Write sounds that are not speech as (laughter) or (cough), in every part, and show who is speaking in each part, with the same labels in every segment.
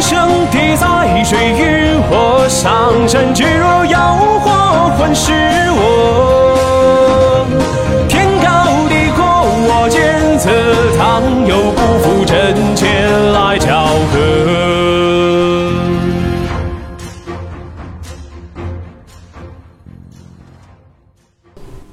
Speaker 1: 生地在水与火，上善之若妖火，魂是我。天高地阔，我见此堂，又不负真前来交合。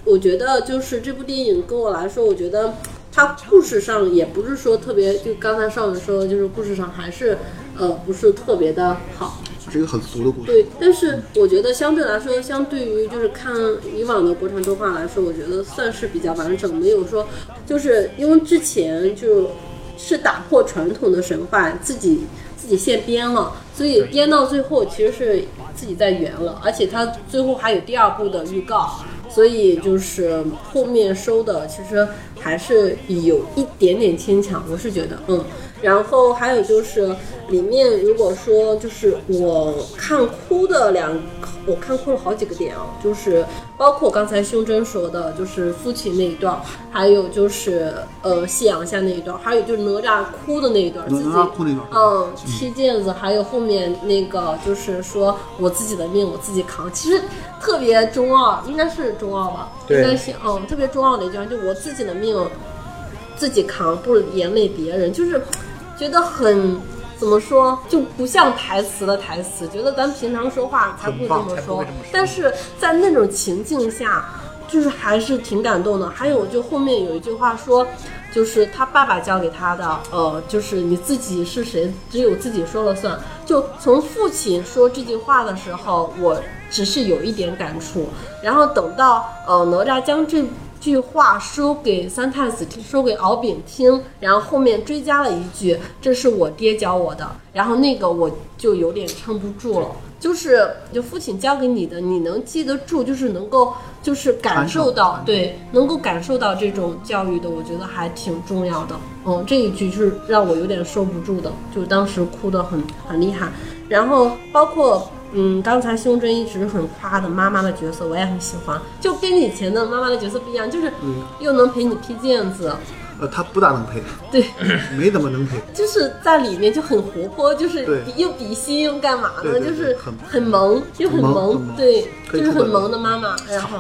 Speaker 2: 我觉得就是这部电影跟我来说，我觉得它故事上也不是说特别，就刚才少文说的，就是故事上还是呃不是特别的好。
Speaker 3: 这是一个很俗的故事。
Speaker 2: 对，但是我觉得相对来说，相对于就是看以往的国产动画来说，我觉得算是比较完整，没有说就是因为之前就是打破传统的神话，自己自己现编了，所以编到最后其实是自己在圆了，而且它最后还有第二部的预告。所以就是后面收的，其实还是有一点点牵强，我是觉得，嗯。然后还有就是里面，如果说就是我看哭的两，我看哭了好几个点啊，就是包括刚才胸针说的，就是夫妻那一段，还有就是呃夕阳下那一段，还有就是哪吒哭的那一段，
Speaker 3: 哪
Speaker 2: 自己
Speaker 3: 吒哭那段
Speaker 2: 嗯，踢毽子，还有后面那个就是说我自己的命我自己扛，其实特别中二，应该是中二吧，应
Speaker 4: 对
Speaker 2: 该是嗯特别中二的一句话，就我自己的命。自己扛，不连累别人，就是觉得很怎么说，就不像台词的台词，觉得咱平常说话才不会这么
Speaker 4: 很棒才不
Speaker 2: 说
Speaker 4: 会这么说，
Speaker 2: 但是在那种情境下，就是还是挺感动的。还有就后面有一句话说，就是他爸爸教给他的，呃，就是你自己是谁，只有自己说了算。就从父亲说这句话的时候，我只是有一点感触，然后等到呃哪吒将这句话说给三太子听，说给敖丙听，然后后面追加了一句：“这是我爹教我的。”然后那个我就有点撑不住了，就是就父亲教给你的，你能记得住，就是能够就是感受到，对，能够感受到这种教育的，我觉得还挺重要的。嗯，这一句是让我有点收不住的，就是当时哭得很很厉害。然后包括嗯，刚才胸针一直很夸的妈妈的角色，我也很喜欢，就跟以前的妈妈的角色不一样，就是
Speaker 3: 嗯
Speaker 2: 又能陪你踢毽子，
Speaker 3: 呃，他不大能配， (laughs)
Speaker 2: 对，
Speaker 3: 没怎么能配。
Speaker 2: 就是在里面就很活泼，就是
Speaker 3: 对
Speaker 2: 比又比心又干嘛
Speaker 3: 对
Speaker 2: 呢？
Speaker 3: 对对
Speaker 2: 就是
Speaker 3: 很
Speaker 2: 很萌，又很
Speaker 3: 很萌很萌
Speaker 2: 对，
Speaker 3: 可以
Speaker 2: 就是
Speaker 3: 出
Speaker 2: 很
Speaker 3: 本了
Speaker 2: 萌的妈妈。然后，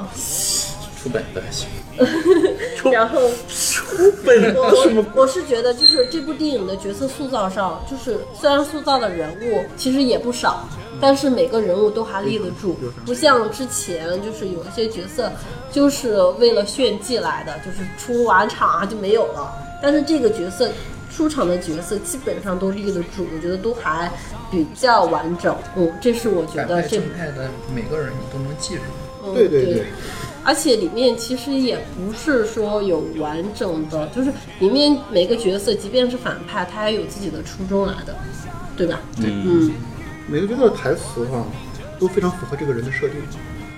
Speaker 4: 出本的
Speaker 2: (laughs)
Speaker 4: 还行，
Speaker 2: 然后
Speaker 4: 本
Speaker 2: 我我我是觉得，就是这部电影的角色塑造上，就是虽然塑造的人物其实也不少，但是每个人物都还立得住
Speaker 3: 有啥，
Speaker 2: 不像之前就是有一些角色就是为了炫技来的，就是出完场啊就没有了。但是这个角色出场的角色基本上都立得住，我觉得都还比较完整。嗯，这是我觉
Speaker 4: 反
Speaker 2: 得
Speaker 4: 派
Speaker 2: 这
Speaker 4: 正派的每个人你都能记住，
Speaker 2: 嗯
Speaker 3: 对对
Speaker 2: 对
Speaker 3: 对
Speaker 2: 而且里面其实也不是说有完整的，就是里面每个角色，即便是反派，他也有自己的初衷来的，对吧？嗯，
Speaker 3: 每个角色的台词哈、都非常符合这个人的设定。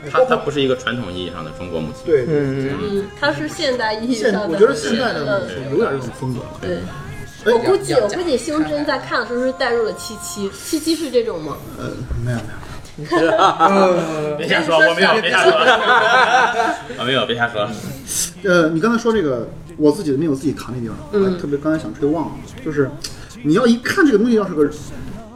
Speaker 3: 哎
Speaker 5: 它它
Speaker 3: 包括
Speaker 5: 不是一个传统意义上的中国母亲。
Speaker 3: 对，对
Speaker 4: 嗯，
Speaker 2: 嗯，他是现代意义
Speaker 3: 现
Speaker 2: 上的，
Speaker 3: 我觉得现在的
Speaker 2: 嗯
Speaker 3: 有点这种风格。
Speaker 2: 对。
Speaker 4: 哎
Speaker 2: 我估计，
Speaker 4: 要
Speaker 2: 我
Speaker 4: 讲
Speaker 2: 估计胸针在看的时候是带入了七七，七七是这种吗？
Speaker 3: 呃，没有没有，
Speaker 5: 别瞎说，我没有，别瞎说， (laughs) 我没有，别瞎说。
Speaker 3: 呃，你刚才说这个我自己的命我自己扛那地方，我还特别刚才想吹忘了，就是你要一看这个东西要是个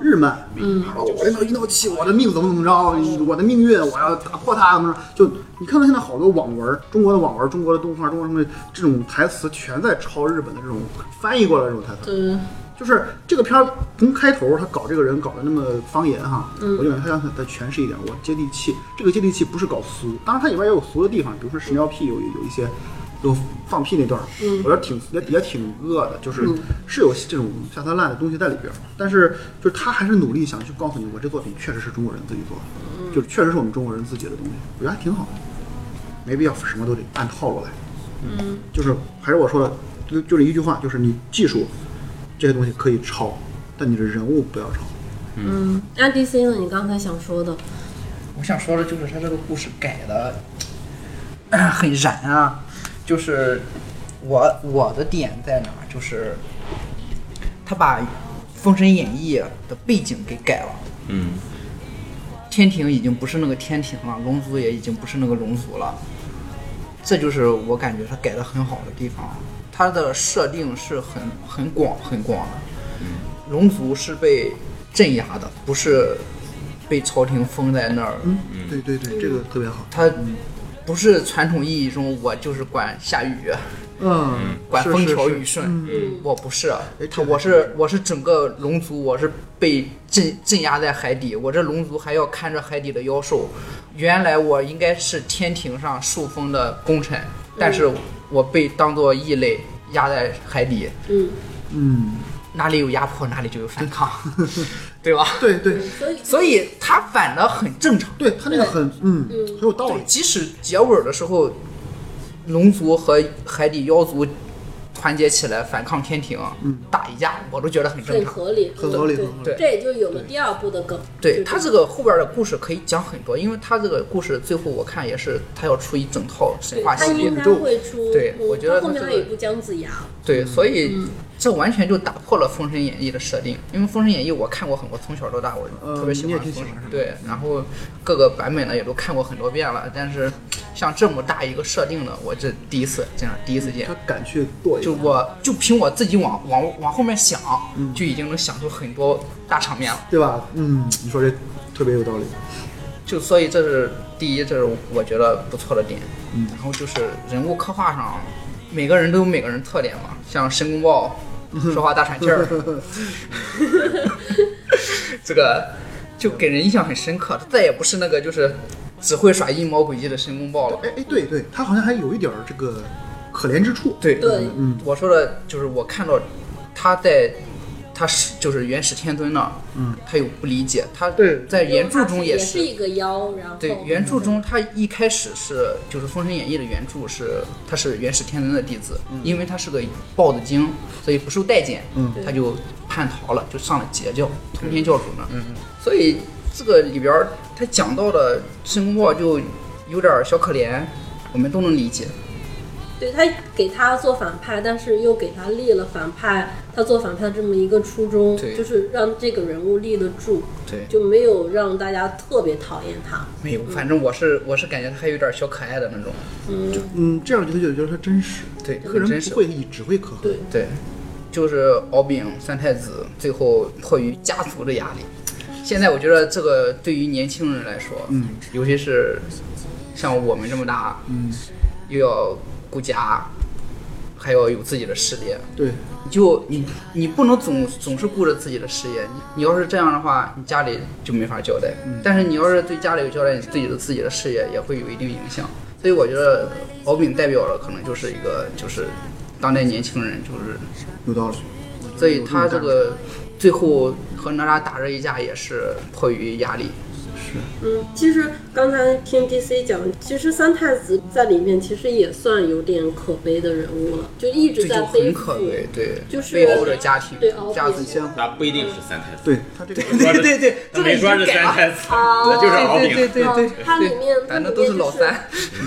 Speaker 3: 日漫，嗯，我这一闹气，我的命怎么怎么着，我的命运我要打破它，怎么着？就你看到现在好多网文，中国的网文，中国的动画，中国什么这种台词全在抄日本的这种翻译过来的这种台词，
Speaker 2: 嗯，
Speaker 3: 就是这个片儿从开头他搞这个人搞得那么方言哈，我就感觉他想再诠释一点，我接地气。这个接地气不是搞俗，当然它里边也有俗的地方，比如说屎尿屁有有一些。有放屁那段儿，我觉得挺也也挺恶的，就是是有这种下三滥的东西在里边儿，但是就是他还是努力想去告诉你，我这作品确实是中国人自己做的，就是确实是我们中国人自己的东西，我觉得还挺好的，没必要什么都得按套路来。就是还是我说的，就就这一句话，就是你技术这些东西可以抄，但你的人物不要抄。
Speaker 2: 那 DC 呢？你刚才想说的，
Speaker 4: 我想说的就是他这个故事改的、哎 (clears throat) 很燃啊，就是我我的点在哪儿，就是他把《封神演义》的背景给改了。
Speaker 5: 嗯，
Speaker 4: 天庭已经不是那个天庭了，龙族也已经不是那个龙族了。这就是我感觉它改的很好的地方，它的设定是很很广很广的。龙族是被镇压的，不是被朝廷封在那儿。
Speaker 3: 对对对，这个特别好。
Speaker 4: 它不是传统意义中我就是管下雨、
Speaker 3: 嗯，
Speaker 4: 管
Speaker 3: 是
Speaker 4: 风
Speaker 3: 是
Speaker 4: 调
Speaker 3: 是
Speaker 4: 雨顺，我不是
Speaker 3: 哎，
Speaker 4: 他
Speaker 3: 这个
Speaker 4: 我是我是整个龙族，我是被镇镇压在海底，我这龙族还要看着海底的妖兽。原来我应该是天庭上受封的功臣，
Speaker 3: 嗯
Speaker 4: 但是我被当做异类压在海底，
Speaker 2: 嗯，
Speaker 3: 嗯，
Speaker 4: 哪里有压迫哪里就有
Speaker 3: (laughs)
Speaker 4: 反抗，对吧？
Speaker 3: 对对
Speaker 2: 所以
Speaker 4: 所以他反的很正常。
Speaker 3: 对，他那个很嗯很有道理
Speaker 4: 对，。即使结尾的时候，龙族和海底妖族团结起来反抗天庭，啊
Speaker 3: 嗯
Speaker 4: 打一架，我都觉得很正
Speaker 2: 很
Speaker 4: 常。
Speaker 2: 合理，
Speaker 3: 很合理
Speaker 2: 对
Speaker 3: 很合
Speaker 4: 理
Speaker 2: 这也就有了第二部的梗。
Speaker 4: 对
Speaker 2: 他
Speaker 4: 他这个后边的故事可以讲很多，因为他这个故事最后我看也是他要出一整套神话
Speaker 2: 他
Speaker 4: 系列
Speaker 2: 应，该会出，
Speaker 4: 对
Speaker 2: 嗯
Speaker 4: 我觉得
Speaker 2: 他后面
Speaker 4: 他
Speaker 2: 还
Speaker 4: 这个
Speaker 2: 有一部姜子牙，
Speaker 4: 对，
Speaker 3: 嗯
Speaker 4: 所以这完全就打破了《封神演义》的设定。因为《封神演义》我看过很多，从小到大我
Speaker 3: 嗯
Speaker 4: 特别喜
Speaker 3: 你也
Speaker 4: 欢《
Speaker 3: 挺
Speaker 4: 封
Speaker 3: 喜
Speaker 4: 神
Speaker 3: 欢是》吧
Speaker 4: 对，然后各个版本呢也都看过很多遍了，但是像这么大一个设定呢，我这第一次真的第一次见
Speaker 3: 他。敢去做一
Speaker 4: 就
Speaker 3: 个，
Speaker 4: 我就凭我自己往往往后面想，就已经能想出很多大场面了。
Speaker 3: 对吧？嗯，你说这特别有道理。
Speaker 4: 就所以这是第一，这是我觉得不错的点。然后就是人物刻画上，每个人都有每个人特点嘛，像申公豹说话大喘气儿，这个就给人印象很深刻。再也不是那个就是只会耍阴谋诡计的申公豹了。
Speaker 3: 哎哎，对对，他好像还有一点儿这个可怜之处。
Speaker 4: 对
Speaker 2: 对
Speaker 3: 嗯
Speaker 4: 我说的就是我看到他在他是就是元始天尊那儿，
Speaker 3: 嗯，
Speaker 4: 他有不理解，他
Speaker 3: 对
Speaker 4: 在原著
Speaker 2: 因
Speaker 4: 中
Speaker 2: 为他也
Speaker 4: 是。
Speaker 2: 一个妖，然后
Speaker 4: 对，原著中他一开始是就是《封神演义》的原著是他是元始天尊的弟子，因为他是个豹子精，所以不受待见，
Speaker 3: 嗯
Speaker 4: 他就叛逃了，就上了截教，通天教主那儿。
Speaker 3: 嗯
Speaker 4: 所以这个里边儿他讲到的申公豹就有点儿小可怜，我们都能理解。
Speaker 2: 对他给他做反派，但是又给他立了反派，他做反派这么一个初衷，
Speaker 4: 对
Speaker 2: 就是让这个人物立得住，
Speaker 4: 对
Speaker 2: 就没有让大家特别讨厌他。
Speaker 4: 没有，反正我是我是感觉他还有点儿小可爱的那种。
Speaker 3: 嗯，这样就他就觉得他真实，
Speaker 4: 对
Speaker 3: 这个
Speaker 4: 很真
Speaker 3: 人
Speaker 4: 实
Speaker 3: 不会，只会可恨。
Speaker 2: 对
Speaker 4: 对，就是敖丙三太子最后迫于家族的压力。现在我觉得这个对于年轻人来说，嗯，尤其是像我们这么大，嗯，又要顾家，还要有自己的事业，
Speaker 3: 对，
Speaker 4: 你就你你不能总总是顾着自己的事业，你你要是这样的话，你家里就没法交代。但是你要是对家里有交代，你自己的自己的事业也会有一定影响。所以我觉得敖丙代表了可能就是一个就是当代年轻人，就是
Speaker 3: 有道理。
Speaker 4: 所以他这个最后和哪吒打这一架也是迫于压力。
Speaker 2: 嗯，其实刚才听 DC 讲，其实三太子在里面其实也算有点可悲的人物了，就一直
Speaker 4: 这
Speaker 2: 在
Speaker 4: 就
Speaker 2: 背
Speaker 4: 很
Speaker 2: 负
Speaker 4: 可，悲，对，
Speaker 2: 就是
Speaker 4: 背后的家庭
Speaker 2: 对敖，丙
Speaker 4: 家族
Speaker 3: 先
Speaker 5: 那不一定是三太子，
Speaker 3: 对他这个
Speaker 4: 对 (laughs) 对对，
Speaker 5: 他
Speaker 4: 这
Speaker 5: 没
Speaker 4: 个已
Speaker 5: 说是
Speaker 4: 经改
Speaker 6: 啊
Speaker 5: 三
Speaker 4: 了，
Speaker 5: 太子，那就是敖
Speaker 4: 对对
Speaker 5: 丙。
Speaker 4: 对对对，
Speaker 2: 它里面它
Speaker 4: 反正
Speaker 2: 里
Speaker 4: 都
Speaker 2: 面
Speaker 4: 是老
Speaker 2: 就是
Speaker 4: 三。
Speaker 2: (laughs)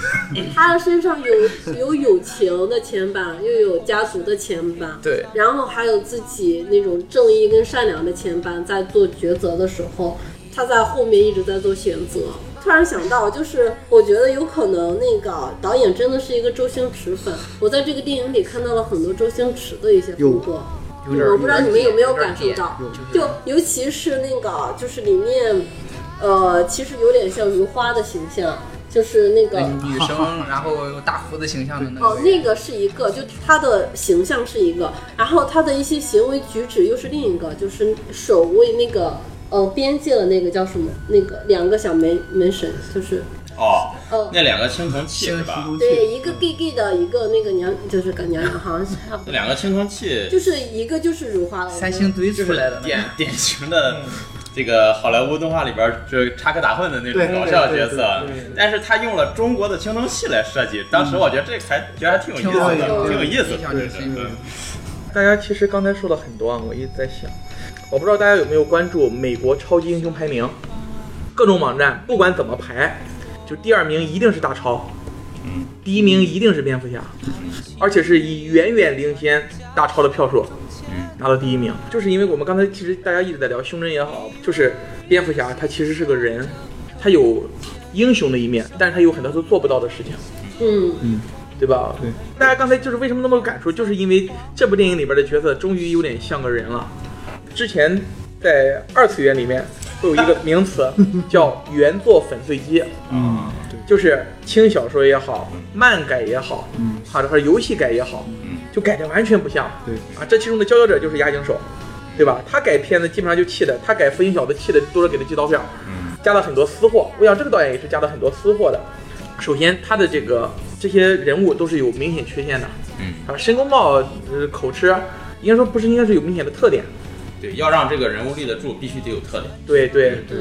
Speaker 2: 他的身上有有友情的牵绊，又有家族的牵绊，
Speaker 4: 对
Speaker 2: 然后还有自己那种正义跟善良的牵绊，在做抉择的时候，他在后面一直在做选择。突然想到，就是我觉得有可能那个导演真的是一个周星驰粉，我在这个电影里看到了很多周星驰的一些风格。嗯
Speaker 4: 有点儿
Speaker 2: 我不知道你们有没有感受
Speaker 4: 有点
Speaker 2: 到
Speaker 4: 儿点，
Speaker 2: 就尤其是那个，就是里面，呃，其实有点像如花的形象，就是那个
Speaker 4: 女生，然后有大胡子形象的那
Speaker 2: 哦
Speaker 4: 个，
Speaker 2: 那
Speaker 4: 人，
Speaker 2: 个是一个，就他的形象是一个，然后他的一些行为举止又是另一个，就是守卫那个呃边界的那个叫什么？那个两个小门门神，就是
Speaker 5: 哦
Speaker 2: 嗯，
Speaker 5: 那两个青铜器是吧？
Speaker 4: 嗯
Speaker 2: 对一个 gay gay 的一个那个娘，就是个娘娘，好像是差不
Speaker 5: 那
Speaker 2: 多，
Speaker 5: 两个青铜器
Speaker 2: 就是一个就是如花了，
Speaker 4: 三星堆
Speaker 5: 就
Speaker 4: 出
Speaker 5: 是
Speaker 4: 来的那
Speaker 5: 典
Speaker 4: 个。
Speaker 5: 典型的这个好莱坞动画里边儿就是插科打诨的那种
Speaker 3: 对
Speaker 5: 搞笑角
Speaker 3: 对
Speaker 5: 色
Speaker 3: 对对对，
Speaker 5: 但是他用了中国的青铜器来设计，当时我觉得这还觉得还挺有意思的，
Speaker 4: 挺有
Speaker 5: 挺有
Speaker 4: 意
Speaker 5: 意
Speaker 4: 思的
Speaker 5: 思
Speaker 4: 印象
Speaker 5: 的
Speaker 4: 挺深
Speaker 5: 对
Speaker 3: 嗯
Speaker 4: 的
Speaker 5: 对
Speaker 6: 大家其实刚才说了很多啊，我一直在想，我不知道大家有没有关注美国超级英雄排名，各种网站不管怎么排，就第二名一定是大超，第一名一定是蝙蝠侠，而且是以远远领先大超的票数拿到第一名，就是因为我们刚才其实大家一直在聊胸针也好，就是蝙蝠侠他其实是个人，他有英雄的一面，但是他有很多他做不到的事情。
Speaker 2: 嗯，
Speaker 6: 对吧？
Speaker 3: 对，
Speaker 6: 大家刚才就是为什么那么有感触，就是因为这部电影里边的角色终于有点像个人了。之前在二次元里面会有一个
Speaker 3: (laughs)
Speaker 6: 名词叫原作粉碎机，
Speaker 5: 嗯，
Speaker 6: 就是轻小说也好，
Speaker 3: 嗯
Speaker 6: 漫改也好，或者还是游戏改也好，就改的完全不像。
Speaker 3: 对
Speaker 6: 啊，这其中的佼佼者就是押井守，对吧？他改片子基本上就气的，他改《福音小子》气的都是给他寄刀片儿，
Speaker 5: 嗯
Speaker 6: 加了很多私货。我想这个导演也是加了很多私货的。首先，他的这个这些人物都是有明显缺陷的，
Speaker 5: 嗯
Speaker 6: 啊，申公豹、呃、口吃，应该说不是，应该是有明显的特点。
Speaker 5: 对，要让这个人物立得住，必须得有特点。
Speaker 6: 对对，
Speaker 2: 对，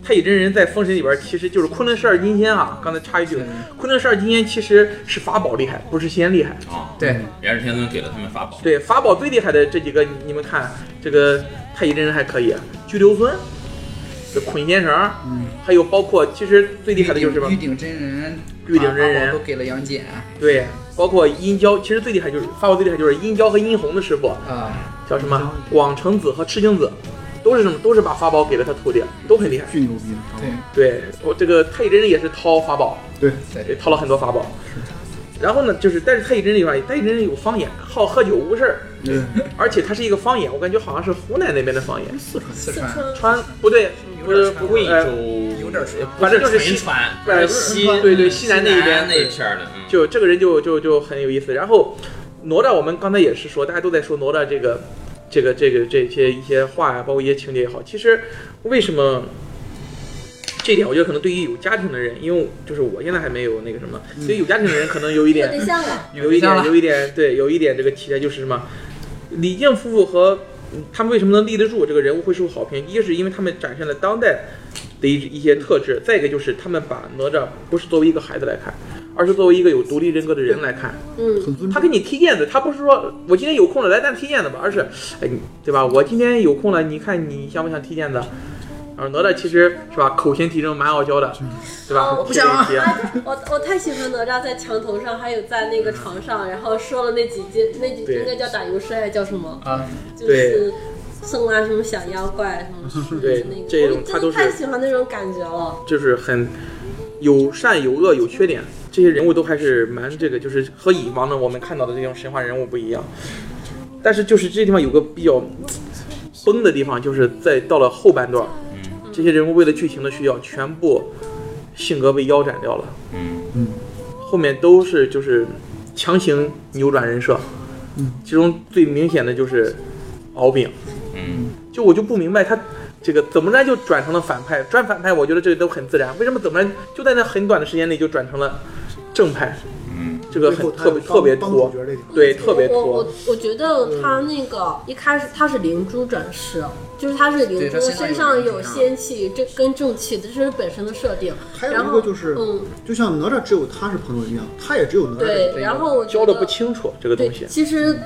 Speaker 6: 太乙真人在《封神》里边其实就是昆仑十二金仙啊。刚才插一句，昆仑十二金仙其实是法宝厉害，不是仙厉害。
Speaker 5: 啊，
Speaker 4: 对，
Speaker 5: 元始天尊给了他们法宝，
Speaker 6: 对，法宝最厉害的这几个，你你们看，这个太乙真人还可以，拘留孙，这捆仙绳，还有包括其实最厉害的就是什么
Speaker 4: 玉？鼎真人，
Speaker 6: 玉鼎真人
Speaker 4: 把法宝都给了杨戬
Speaker 6: 对，包括殷郊，其实最厉害就是法宝最厉害就是殷郊和殷红的师傅
Speaker 4: 啊，
Speaker 6: 叫什么？广成子和赤精子，都是什么？都是把法宝给了他徒弟，都很厉害。
Speaker 3: 巨牛逼的招
Speaker 4: 对，
Speaker 6: 对，我这个太乙真人也是掏法宝，
Speaker 3: 对
Speaker 6: 也掏了很多法宝。然后呢，就是但是太乙真人里边，太乙真人有方言，好喝酒误事儿，
Speaker 3: 对，
Speaker 6: 而且他是一个方言，我感觉好像是湖南那边的方
Speaker 5: 嗯
Speaker 6: 言，
Speaker 3: 四川
Speaker 4: 四
Speaker 2: 四
Speaker 4: 川
Speaker 2: 川
Speaker 6: 川不对，不是不
Speaker 5: 贵
Speaker 6: 呃
Speaker 5: 州
Speaker 4: 有点水，
Speaker 6: 反正就是
Speaker 5: 纯
Speaker 6: 西
Speaker 5: 川，
Speaker 6: 呃
Speaker 5: 西
Speaker 6: 对对
Speaker 5: 西
Speaker 6: 西南那一边
Speaker 5: 南那片儿的，嗯，
Speaker 6: 就这个人就就就很有意思。然后哪吒，我们刚才也是说，大家都在说哪吒这个这个这个这些一些话呀、包括一些情节也好，其实为什么？这一点我觉得可能对于有家庭的人，因为就是我现在还没有那个什么，所以有家庭的人可能有一
Speaker 2: 有
Speaker 6: 点
Speaker 2: 对象了，
Speaker 6: 有一点，有一点，对，有一点这个题材就是什么？李靖夫妇和嗯他们为什么能立得住？这个人物会受好评，一是因为他们展现了当代的一一些特质，再一个就是他们把哪吒不是作为一个孩子来看，而是作为一个有独立人格的人来看。
Speaker 2: 嗯，
Speaker 3: 很尊
Speaker 6: 他
Speaker 3: 重。
Speaker 6: 给你踢毽子，他不是说我今天有空了来咱踢毽子吧，而是哎，你对吧？我今天有空了，你看你想不想踢毽子？而哪吒其实是吧，口嫌体正，蛮傲娇的，对吧？
Speaker 2: 哦我
Speaker 6: 啊不想踢。
Speaker 2: 哎， (laughs) 我我太喜欢哪吒在墙头上，还有在那个床上，然后说了那几句，那几
Speaker 6: 对
Speaker 2: 应该叫打油诗还是叫什么？
Speaker 4: 啊，
Speaker 2: 就是送啊什么小妖怪什么，
Speaker 6: 对
Speaker 2: 那个，
Speaker 6: 这种
Speaker 2: 我
Speaker 6: 他
Speaker 2: 真的
Speaker 6: 都是
Speaker 2: 太喜欢那种感觉了。
Speaker 6: 就是很有善有恶有缺点，这些人物都还是蛮这个，就是和以往的我们看到的这种神话人物不一样。但是就是这地方有个比较崩的地方，就是在到了后半段，
Speaker 5: 嗯
Speaker 6: 这些人物为了剧情的需要，全部性格被腰斩掉了，
Speaker 5: 嗯
Speaker 6: 后面都是就是强行扭转人设。其中最明显的就是敖丙，
Speaker 5: 嗯，
Speaker 6: 就我就不明白他这个怎么着就转成了反派，转反派我觉得这个都很自然，为什么怎么着就在那很短的时间内就转成了正派？
Speaker 5: 嗯，
Speaker 6: 这个
Speaker 3: 最后
Speaker 6: 很
Speaker 3: 他
Speaker 6: 特别
Speaker 3: 帮帮主
Speaker 6: 特别拖
Speaker 3: 角，这条
Speaker 6: 对，特别
Speaker 2: 我我
Speaker 6: 拖，
Speaker 2: 我觉得他那个一开始他是灵珠转世，就是他是灵
Speaker 4: 对
Speaker 2: 珠
Speaker 4: 他
Speaker 2: 身
Speaker 4: 身上
Speaker 2: 上
Speaker 4: 有
Speaker 2: 有仙气，这跟正气，这是本身的设定。
Speaker 3: 还有
Speaker 2: 然
Speaker 3: 一
Speaker 2: 后
Speaker 3: 个就是
Speaker 2: 嗯，
Speaker 3: 就像哪吒只有他是朋友一样，他也只有哪吒这
Speaker 2: 对
Speaker 3: 个。，
Speaker 2: 然后我觉
Speaker 6: 教
Speaker 2: 得
Speaker 6: 的不清楚这个
Speaker 2: 对
Speaker 6: 东，西。
Speaker 2: 其实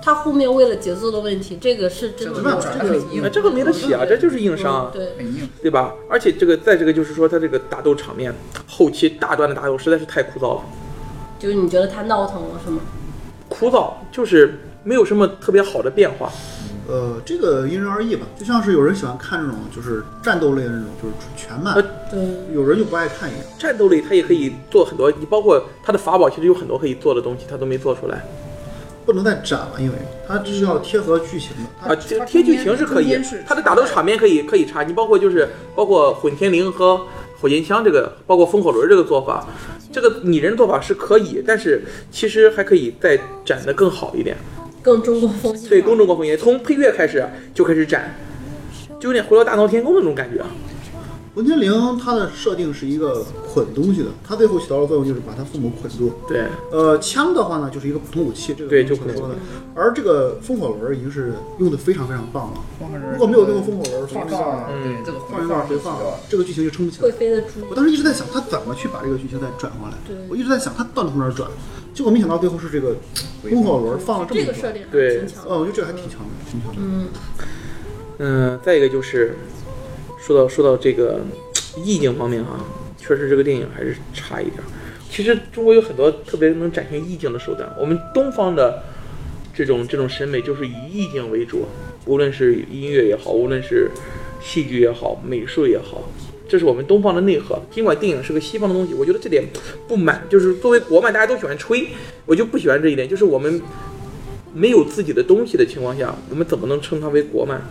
Speaker 2: 他后面为了节奏的问题，这个是真的
Speaker 4: 这
Speaker 3: 没
Speaker 4: 个
Speaker 3: 有
Speaker 2: 有
Speaker 4: 转
Speaker 3: 这
Speaker 4: 的
Speaker 3: 个
Speaker 4: 很硬
Speaker 6: 那，这个没得写啊，这就是硬伤啊，
Speaker 2: 对，
Speaker 4: 很硬，
Speaker 6: 对吧？而且这个在这个就是说他这个打斗场面后期大段的打斗实在是太枯燥了，
Speaker 2: 就是你觉得他闹腾了是吗？
Speaker 6: 枯燥就是没有什么特别好的变化。
Speaker 3: 呃，这个因人而异吧，就像是有人喜欢看这种就是战斗类的那种，就是全漫
Speaker 6: 呃，
Speaker 2: 对，
Speaker 3: 有人就不爱看一样。
Speaker 6: 战斗类它也可以做很多，你包括它的法宝其实有很多可以做的东西，它都没做出来。
Speaker 3: 不能再展了，因为它这
Speaker 2: 嗯
Speaker 3: 是要贴合剧情的。它
Speaker 6: 啊，这贴剧情是可以
Speaker 4: 中间是，
Speaker 6: 它的打斗场面可以可以插，你包括就是包括混天绫和火焰枪这个，包括风火轮这个做法，这个拟人做法是可以，但是其实还可以再展得更好一点。
Speaker 2: 更中国风情。
Speaker 6: 对，公众光风也从配乐开始就开始展，就有点回到大闹天宫那种感觉。啊
Speaker 3: 文天绫它的设定是一个捆东西的，它最后起到的作用就是把他父母捆住。
Speaker 6: 对，
Speaker 3: 呃，枪的话呢，就是一个普通武器，这个
Speaker 6: 对
Speaker 3: 没
Speaker 6: 就
Speaker 3: 什么
Speaker 6: 普
Speaker 3: 说
Speaker 6: 通
Speaker 3: 的。而这个风火轮已经是用的非常非常棒了。
Speaker 4: 风火轮
Speaker 3: 如果没有这个风火轮放一段，
Speaker 6: 嗯
Speaker 4: 对这个
Speaker 3: 放一段回放，这个剧情就撑不起来
Speaker 2: 会。飞的猪，
Speaker 3: 我当时一直在想，他怎么去把这个剧情再转过来
Speaker 2: 对。
Speaker 3: 我一直在想，他到底从哪儿转？结果没想到最后是这个风火轮
Speaker 6: 哦
Speaker 3: 放了这
Speaker 2: 这
Speaker 3: 么一
Speaker 2: 个
Speaker 3: 段。
Speaker 2: 设定还
Speaker 6: 对
Speaker 2: 挺强的。
Speaker 3: 呃，我觉得这个还挺强的，挺强的。
Speaker 2: 嗯，
Speaker 6: 嗯，再一个就是说到说到这个意境方面哈、确实这个电影还是差一点儿。其实中国有很多特别能展现意境的手段，我们东方的这种这种审美就是以意境为主，无论是音乐也好，无论是戏剧也好，美术也好，这是我们东方的内核。尽管电影是个西方的东西，我觉得这点不满，就是作为国漫大家都喜欢吹，我就不喜欢这一点，就是我们没有自己的东西的情况下，我们怎么能称它为国漫？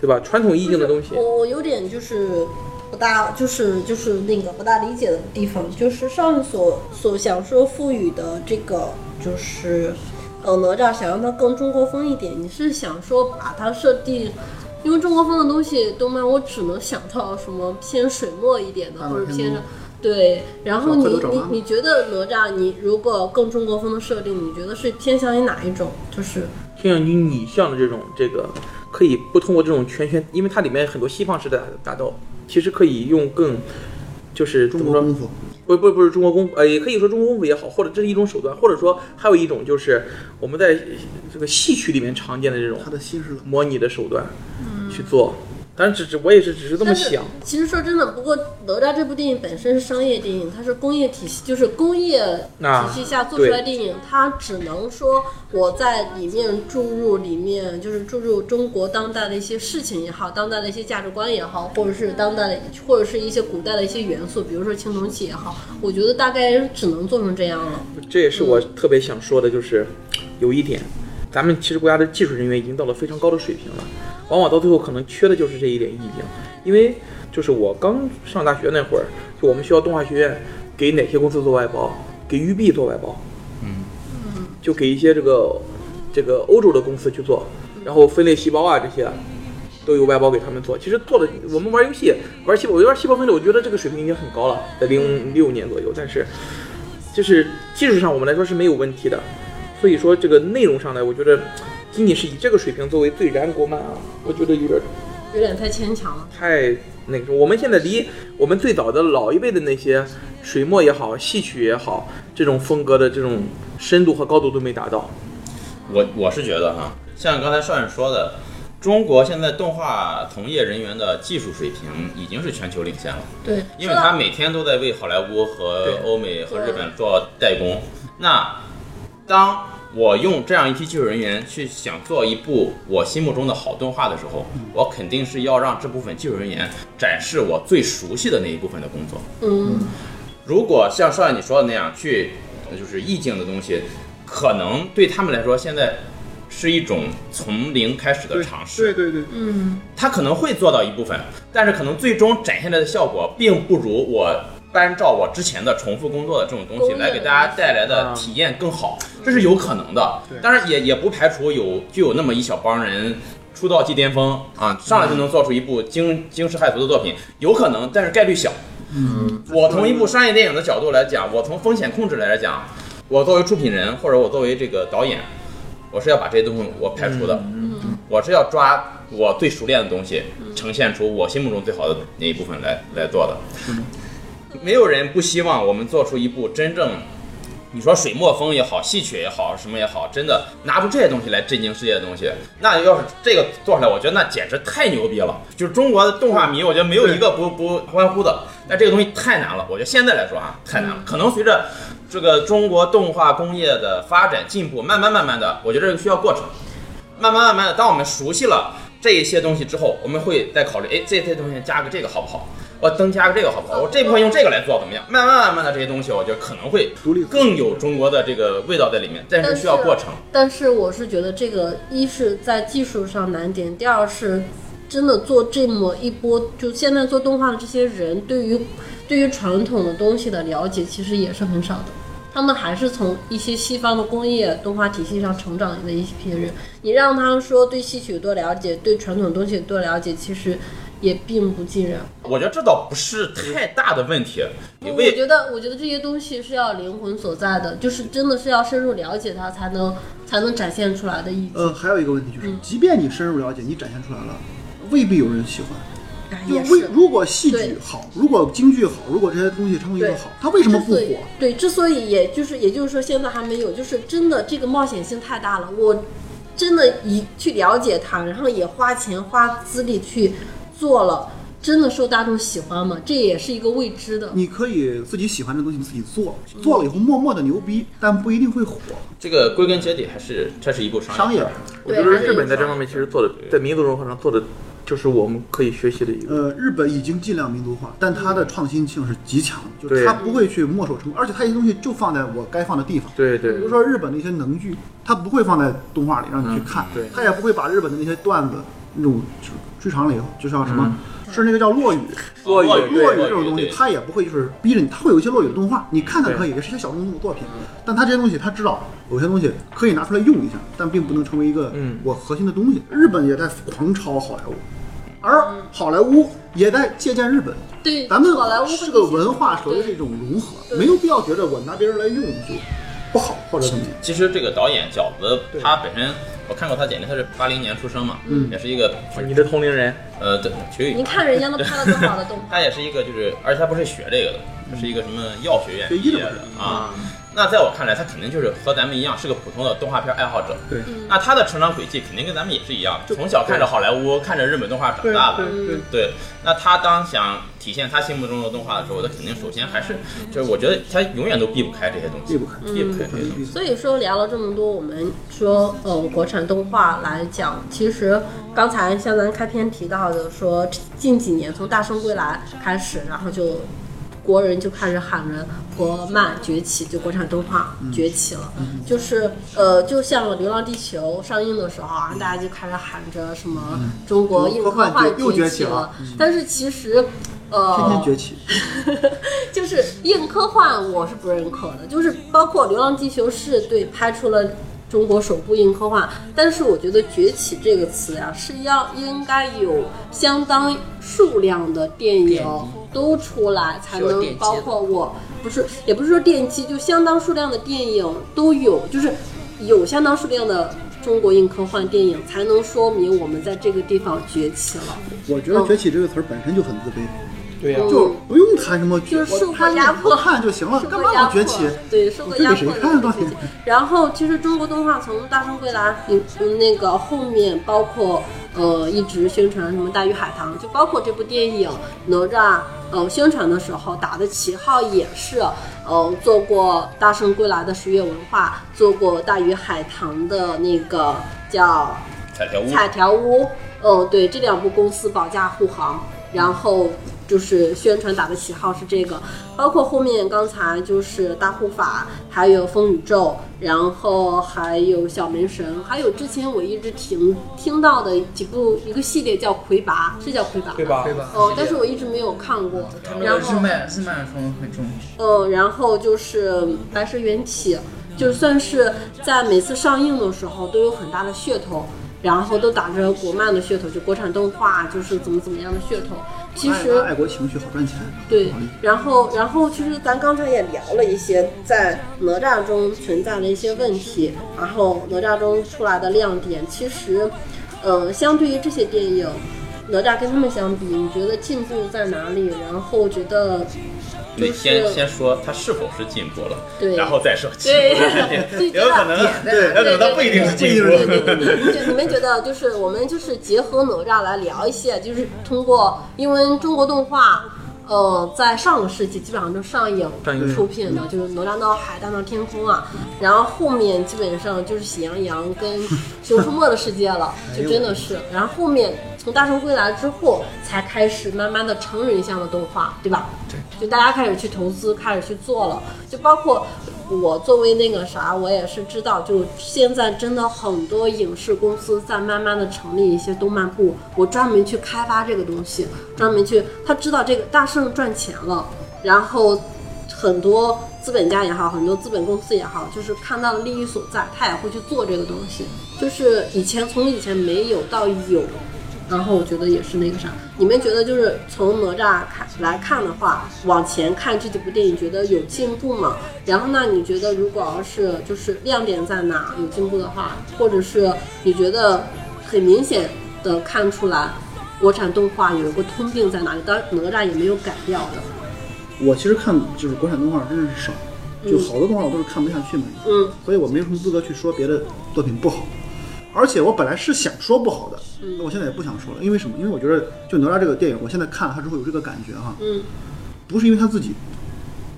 Speaker 6: 对吧？传统意境的东西，
Speaker 2: 我有点就是不大，就是就是那个不大理解的地方，就是上所所想说赋予的这个就是。呃，哪吒想让它更中国风一点，你是想说把它设定，呃因为中国风的东西，动漫我只能想到什么偏水墨一点的，
Speaker 3: 大
Speaker 2: 或者
Speaker 3: 闹天
Speaker 2: 偏
Speaker 3: 宫
Speaker 2: 对。然后你
Speaker 3: 回头找
Speaker 2: 你
Speaker 3: 妈妈
Speaker 2: 你觉得哪吒，你如果更中国风的设定，你觉得是偏向于哪一种？就是
Speaker 6: 偏向于你像的这种这个，可以不通过这种圈圈，因为它里面很多西方式的打斗，其实可以用更就是
Speaker 3: 中
Speaker 6: 怎么
Speaker 3: 国
Speaker 6: 说
Speaker 3: 功夫，
Speaker 6: 不不不是中国功夫，呃，也可以说中国功夫也好，或者这是一种手段，或者说还有一种就是我们在这个戏曲里面常见的这种
Speaker 3: 他的心是冷。
Speaker 6: 模拟的手段去做。当然，只只我也是只是这么
Speaker 2: 但是
Speaker 6: 想，
Speaker 2: 其实说真的，不过哪吒这部电影本身是商业电影，它是工业体系，就是工业体系下做出来的电影，它只能说我在里面注入里面就是注入中国当代的一些事情也好，当代的一些价值观也好，或者是当代的或者是一些古代的一些元素，比如说青铜器也好，我觉得大概只能做成这样了。
Speaker 6: 这也是我特别想说的，就是有一点，咱们其实国家的技术人员已经到了非常高的水平了，往往到最后可能缺的就是这一点意境。因为就是我刚上大学那会儿，就我们学校动画学院给哪些公司做外包，给育碧做外包，嗯，就给一些这个这个欧洲的公司去做，然后分类细胞啊这些。都有外包给他们做，其实做的我们玩游戏玩细胞，我玩细胞分类，我觉得这个水平已经很高了，在零六年左右。但是就是技术上我们来说是没有问题的，所以说这个内容上呢，我觉得仅仅是以这个水平作为最燃国漫啊，我觉得有点
Speaker 2: 有点太牵强了，
Speaker 6: 太那个什么。我们现在离我们最早的老一辈的那些水墨也好、戏曲也好，这种风格的这种深度和高度都没达到。
Speaker 5: 我我是觉得哈，像刚才少爷说的，中国现在动画从业人员的技术水平已经是全球领先了。
Speaker 2: 对，
Speaker 5: 因为他每天都在为好莱坞和
Speaker 6: 对
Speaker 5: 欧美和日本做代工。那当我用这样一批技术人员去想做一部我心目中的好动画的时候，
Speaker 3: 嗯
Speaker 5: 我肯定是要让这部分技术人员展示我最熟悉的那一部分的工作。
Speaker 2: 嗯，
Speaker 5: 如果像少爷你说的那样去，呃就是意境的东西，可能对他们来说现在是一种从零开始的尝试。
Speaker 3: 对对对，
Speaker 2: 嗯
Speaker 5: 他可能会做到一部分，但是可能最终展现来的效果并不如我按照我之前的重复工作的这种东
Speaker 2: 工
Speaker 5: 西
Speaker 2: 业
Speaker 5: 来给大家带来
Speaker 6: 啊
Speaker 5: 的体验更好，这是有可能的。当然也也不排除有就有那么一小帮人。出道即巅峰啊，上来就能做出一部惊惊世骇俗的作品，有可能，但是概率小。我从一部商业电影的角度来讲，我从风险控制来讲，我作为出品人或者我作为这个导演，我是要把这些东西我排除的，我是要抓我最熟练的东西，呈现出我心目中最好的那一部分来来做的。没有人不希望我们做出一部真正。你说水墨风也好，戏曲也好，什么也好，真的拿出这些东西来震惊世界的东西，那要是这个做出来，我觉得那简直太牛逼了。就是中国的动画迷，我觉得没有一个不不欢呼的。但这个东西太难了，我觉得现在来说啊，太难了。可能随着这个中国动画工业的发展进步，慢慢慢慢的，我觉得这个需要过程。慢慢慢慢的，当我们熟悉了这一些东西之后，我们会再考虑，哎，这些东西加个这个好不好？我增加个这个好不好？我这部分用这个来做怎么样？慢慢慢慢的这些东西，我觉得可能会
Speaker 3: 独立思考
Speaker 5: 更有中国的这个味道在里面，但是需要过程。
Speaker 2: 但是我是觉得这个一是在技术上难点，第二是真的做这么一波，就现在做动画的这些人，对于对于传统的东西的了解其实也是很少的。他们还是从一些西方的工业动画体系上成长的一批人。你让他说对戏曲多了解，对传统东西多了解，其实也并不尽然。
Speaker 5: 我觉得这倒不是太大的问题。你
Speaker 2: 我
Speaker 5: 为
Speaker 2: 觉得，我觉得这些东西是要灵魂所在的，就是真的是要深入了解它，才能才能展现出来的啊意境。
Speaker 3: 呃，还有一个问题
Speaker 2: 嗯
Speaker 3: 就是，即便你深入了解，你展现出来了，未必有人喜欢。
Speaker 2: 哎
Speaker 3: 就
Speaker 2: 也
Speaker 3: 为
Speaker 2: 是
Speaker 3: 如果戏剧
Speaker 2: 对
Speaker 3: 好，如果京剧好，如果这些东西成为一个
Speaker 2: 对
Speaker 3: 好，它为什么不
Speaker 2: 之所以
Speaker 3: 火？
Speaker 2: 对，之所以也就是也就是说现在还没有，就是真的这个冒险性太大了，我真的一去了解它，然后也花钱花资力去做了，真的受大众喜欢吗？这也是一个未知的。
Speaker 3: 你可以自己喜欢的东西自己做，
Speaker 2: 嗯
Speaker 3: 做了以后默默的牛逼，但不一定会火。
Speaker 5: 这个归根结底还是这是一部商
Speaker 3: 商业，
Speaker 6: 我觉得日本在这方面其实做的，在民族文化上做的，就是我们可以学习的一个。
Speaker 3: 呃，日本已经尽量民族化，但它的创新性是极强的，就是
Speaker 6: 嗯对
Speaker 3: 它不会去墨守成规，而且它一些东西就放在我该放的地方。
Speaker 6: 对对
Speaker 3: 比如说日本的一些能剧，它不会放在动画里让你去看，
Speaker 6: 嗯对
Speaker 3: 它也不会把日本的那些段子那种剧场里，就像什么，
Speaker 6: 嗯
Speaker 3: 是那个叫落雨，
Speaker 5: 落雨对
Speaker 3: 落雨
Speaker 5: 落雨
Speaker 3: 这种东西
Speaker 5: 对，
Speaker 3: 它也不会就是逼着你，它会有一些落雨的动
Speaker 2: 嗯
Speaker 3: 画，你看看
Speaker 6: 对
Speaker 3: 可以，也是一些小众的作品，但它这些东西，它知道有些东西可以拿出来用一
Speaker 2: 嗯
Speaker 3: 下，但并不能成为一个
Speaker 6: 嗯
Speaker 3: 我核心的东西。日本也在狂抄好莱坞，而好莱坞也在借鉴日本。
Speaker 2: 嗯对，
Speaker 3: 咱们
Speaker 2: 好莱坞会
Speaker 3: 是个
Speaker 2: 这些
Speaker 3: 文化所谓的
Speaker 2: 对
Speaker 3: 一种融合，
Speaker 2: 对
Speaker 3: 没有必要觉得我拿别人来用就不好或者怎
Speaker 2: 嗯
Speaker 3: 么样。
Speaker 5: 其实这个导演饺子
Speaker 3: 对，
Speaker 5: 他本身我看过他简历，他是八零年出生嘛，
Speaker 3: 嗯
Speaker 5: 也是一个
Speaker 6: 你的同龄人，
Speaker 5: 呃，对，学语
Speaker 2: 您看人家都拍了多好的动画
Speaker 5: 他，也是一个就是，而且他不是学这个的，他是一个什么药学院
Speaker 3: 嗯学
Speaker 5: 毕
Speaker 3: 医
Speaker 5: 业
Speaker 3: 的
Speaker 5: 的啊。那在我看来，他肯定就是和咱们一样，是个普通的动画片爱好者。
Speaker 3: 对
Speaker 2: 嗯
Speaker 5: 那他的成长轨迹肯定跟咱们也是一样，从小看着好莱坞，看着日本动画长大的。
Speaker 2: 嗯
Speaker 3: 对
Speaker 5: 对，那他当想体现他心目中的动画的时候，他肯定首先还是
Speaker 2: 嗯
Speaker 5: 就是，我觉得他永远都避不开这些东
Speaker 3: 避
Speaker 5: 西，
Speaker 3: 不开
Speaker 5: 避不开这些东西。
Speaker 2: 所以说聊了这么多，我们说呃国产动画来讲，其实刚才像咱开篇提到的说，近几年从《大圣归来》开始，然后就国人就开始喊着国漫崛起，就国产动画崛起了，就是呃就像《流浪地球》上映的时候啊，大家就开始喊着什么中国硬
Speaker 3: 科
Speaker 2: 科
Speaker 3: 幻
Speaker 2: 幻
Speaker 3: 嗯又崛
Speaker 2: 起
Speaker 3: 起了，嗯
Speaker 2: 但是其实呃
Speaker 3: 天天崛起，
Speaker 2: (laughs) 就是硬科幻，我是不认可的。就是包括《流浪地球》是对拍出了中国首部硬科幻，但是我觉得“崛起”这个词呀、是要应该有相当数量的电影都出来，才
Speaker 4: 需要
Speaker 2: 能
Speaker 4: 奠基
Speaker 2: 包括我不是也不是说奠基，就相当数量的电影都有，就是有相当数量的。中国硬科幻电影才能说明我们在这个地方崛起了，
Speaker 3: 我觉得“崛起”这个词儿本身就很自卑，
Speaker 6: 对呀、
Speaker 3: 就不用谈什么，
Speaker 2: 嗯就是受过压迫
Speaker 3: 我看就行了，
Speaker 2: 受
Speaker 3: 干
Speaker 2: 过
Speaker 3: 嘛
Speaker 2: 压
Speaker 3: 老
Speaker 2: 迫
Speaker 3: 崛起？
Speaker 2: 对，受过
Speaker 3: 这
Speaker 2: 压
Speaker 3: 给
Speaker 2: 迫的
Speaker 3: 谁看
Speaker 2: 崛
Speaker 3: 到
Speaker 2: 起
Speaker 3: 底？
Speaker 2: 然后其实中国动画从《大圣归来》嗯嗯那个后面，包括呃一直宣传什么《大鱼海棠》，就包括这部电影哪吒。呃，宣传的时候打的旗号也是，呃，做过《大圣归来》的十月文化，做过《大鱼海棠》的那个叫
Speaker 5: 彩条屋，
Speaker 2: 彩条屋，嗯，对，这两部公司保驾护航，然后就是宣传打的旗号是这个，包括后面刚才就是大护法，还有风宇宙，然后还有小门神，还有之前我一直听听到的几部一个系列叫魁拔，是叫魁拔吧
Speaker 6: 对？吧？
Speaker 4: 对吧？
Speaker 2: 哦，但是我一直没有看过，然后
Speaker 4: 日漫日漫风很重，
Speaker 2: 嗯，然后就是《白蛇缘起》，就算是在每次上映的时候都有很大的噱头，然后都打着国漫的噱头，就国产动画啊就是怎么怎么样的噱头。其
Speaker 3: 爱
Speaker 2: 实
Speaker 3: 爱国情绪好赚钱，啊
Speaker 2: 对
Speaker 3: 好，
Speaker 2: 然后然后其实咱刚才也聊了一些在哪吒中存在的一些问题，然后哪吒中出来的亮点，其实，呃，相对于这些电影，哪吒跟他们相比，你觉得进步在哪里？然后觉得
Speaker 5: 你
Speaker 2: 就
Speaker 5: 得先
Speaker 2: 是
Speaker 5: 先说他是否是进步了，
Speaker 2: 对
Speaker 5: 然后再说进
Speaker 2: 对
Speaker 5: 步了点，
Speaker 2: 对
Speaker 5: 也有可能，
Speaker 4: 对
Speaker 5: 有可能他不一定是进步。
Speaker 2: 对对对对，就你们觉得就是我们就是结合哪吒来聊一些，就是通过因为中国动画。呃，在上个世纪基本上就上映
Speaker 6: 上映
Speaker 2: 出品的，就是《哪吒闹海》《大闹天宫》啊，然后后面基本上就是《喜羊羊》跟《熊出没》的世界了，就真的是。然后后面从《大圣归来》之后，才开始慢慢的成人向的动画，对吧？就大家开始去投资，开始去做了，就包括我作为那个啥，我也是知道，就现在真的很多影视公司在慢慢的成立一些动漫部，我专门去开发这个东西，专门去，他知道这个大圣赚钱了，然后很多资本家也好，很多资本公司也好，就是看到了利益所在，他也会去做这个东西，就是以前从以前没有到有，然后我觉得也是那个啥，你们觉得就是从哪吒看来看的话，往前看这几部电影，觉得有进步吗？然后那你觉得如果要是就是亮点在哪有进步的话，或者是你觉得很明显的看出来国产动画有一个通病在哪里？当然哪吒也没有改掉的，
Speaker 3: 我其实看就是国产动画真的是少，就好多动画我都是看不下去嘛，
Speaker 2: 嗯，
Speaker 3: 所以我没有什么资格去说别的作品不好。而且我本来是想说不好的，那我现在也不想说了，因为什么？因为我觉得就哪吒这个电影，我现在看了它之后有这个感觉哈，
Speaker 2: 嗯，
Speaker 3: 不是因为他自己，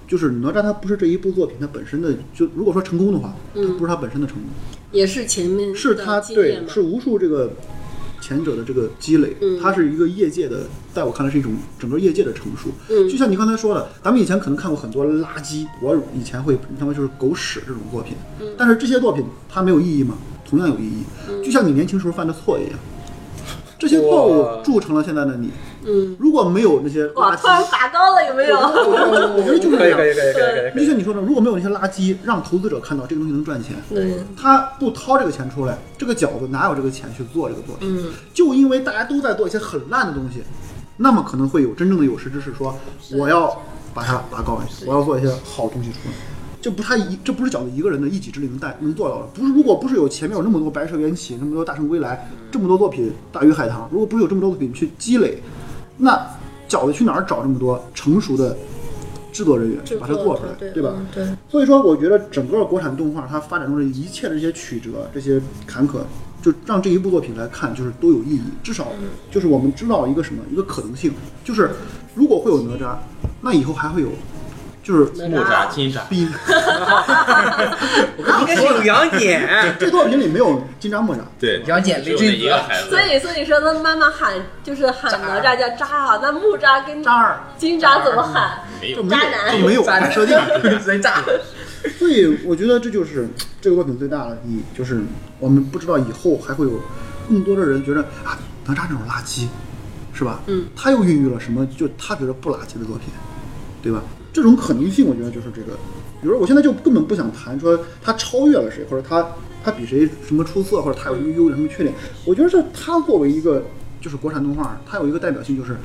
Speaker 3: 就是哪吒他不是这一部作品它本身的，就如果说成功的话，
Speaker 2: 嗯
Speaker 3: 它不是它本身的成功，
Speaker 2: 也是前面
Speaker 3: 是
Speaker 2: 的
Speaker 3: 他
Speaker 2: 经
Speaker 3: 对
Speaker 2: 验，嘛嗯
Speaker 3: 是，无数这个前者的这个积累，它是一个业界的，在我看来是一种整个业界的成熟。
Speaker 2: 嗯
Speaker 3: 就像你刚才说的，咱们以前可能看过很多垃圾，我以前会他们就是狗屎这种作品，
Speaker 2: 嗯
Speaker 3: 但是这些作品它没有意义吗？同样有意义，就像你年轻时候犯的错一样。这些怪
Speaker 6: 哇
Speaker 3: 物铸成了现在的你。
Speaker 2: 嗯，
Speaker 3: 如果没有那些
Speaker 2: 哇，
Speaker 3: 垃
Speaker 2: 突然
Speaker 3: 圾，
Speaker 2: 拔高了，有没有？
Speaker 3: 我觉得就是
Speaker 6: 可
Speaker 3: 这
Speaker 6: 以可
Speaker 3: 样。
Speaker 6: 以可以可以可
Speaker 3: 就
Speaker 6: 以，
Speaker 3: 像你说的，如果没有那些垃圾，让投资者看到这个东西能赚钱，
Speaker 2: 对，
Speaker 3: 他不掏这个钱出来，这个饺子哪有这个钱去做这个作品？
Speaker 2: 嗯，
Speaker 3: 就因为大家都在做一些很烂的东西，那么可能会有真正的有识之士说，我要把它拔高一些，我要做一些好东西出来。这不是他一，这不是饺子一个人的一己之力能带能做到的。不是，如果不是有前面有那么多《白蛇缘起》、那么多《大圣归来》、
Speaker 2: 嗯
Speaker 3: 这么多作品《大鱼海棠》，如果不是有这么多作品去积累，那饺子去哪儿找这么多成熟的制作人员
Speaker 2: 制
Speaker 3: 把它
Speaker 2: 作
Speaker 3: 做出来，
Speaker 2: 对
Speaker 3: 对吧？
Speaker 2: 嗯对，
Speaker 3: 所以说，我觉得整个国产动画它发展中的一切的这些曲折、这些坎坷，就让这一部作品来看，就是都有意义。至少就是我们知道一个什么，一个可能性，就是如果会有哪吒，那以后还会有，就是
Speaker 5: 木吒、金吒，
Speaker 3: 比
Speaker 6: 应该是有两点，
Speaker 3: 这作品里没有金吒、莫吒，
Speaker 5: 对，
Speaker 4: 杨戬
Speaker 5: 只有那
Speaker 4: 雷震
Speaker 5: 一
Speaker 4: 子
Speaker 5: 个，孩子
Speaker 2: 所，以所以说，那妈妈喊就是喊哪吒叫渣啊，那木吒跟
Speaker 3: 渣儿
Speaker 2: 金吒怎么喊？
Speaker 5: 没
Speaker 3: 就
Speaker 5: 有
Speaker 3: 没
Speaker 2: 渣男
Speaker 3: 有就没有白蛇精。
Speaker 2: (laughs)
Speaker 4: 谁炸？
Speaker 3: (laughs) 所以我觉得这就是这个作品最大的意义，就是我们不知道以后还会有更多的人觉得啊，哪吒这种垃圾，是吧？
Speaker 2: 嗯，
Speaker 3: 他又孕育了什么？就他觉得不垃圾的作品，对吧？这种可能性，我觉得就是这个。比如说，我现在就根本不想谈说他超越了谁，或者他他比谁什么出色，或者他有什么优点、什么缺点。我觉得这他作为一个就是国产动画，它有一个代表性就是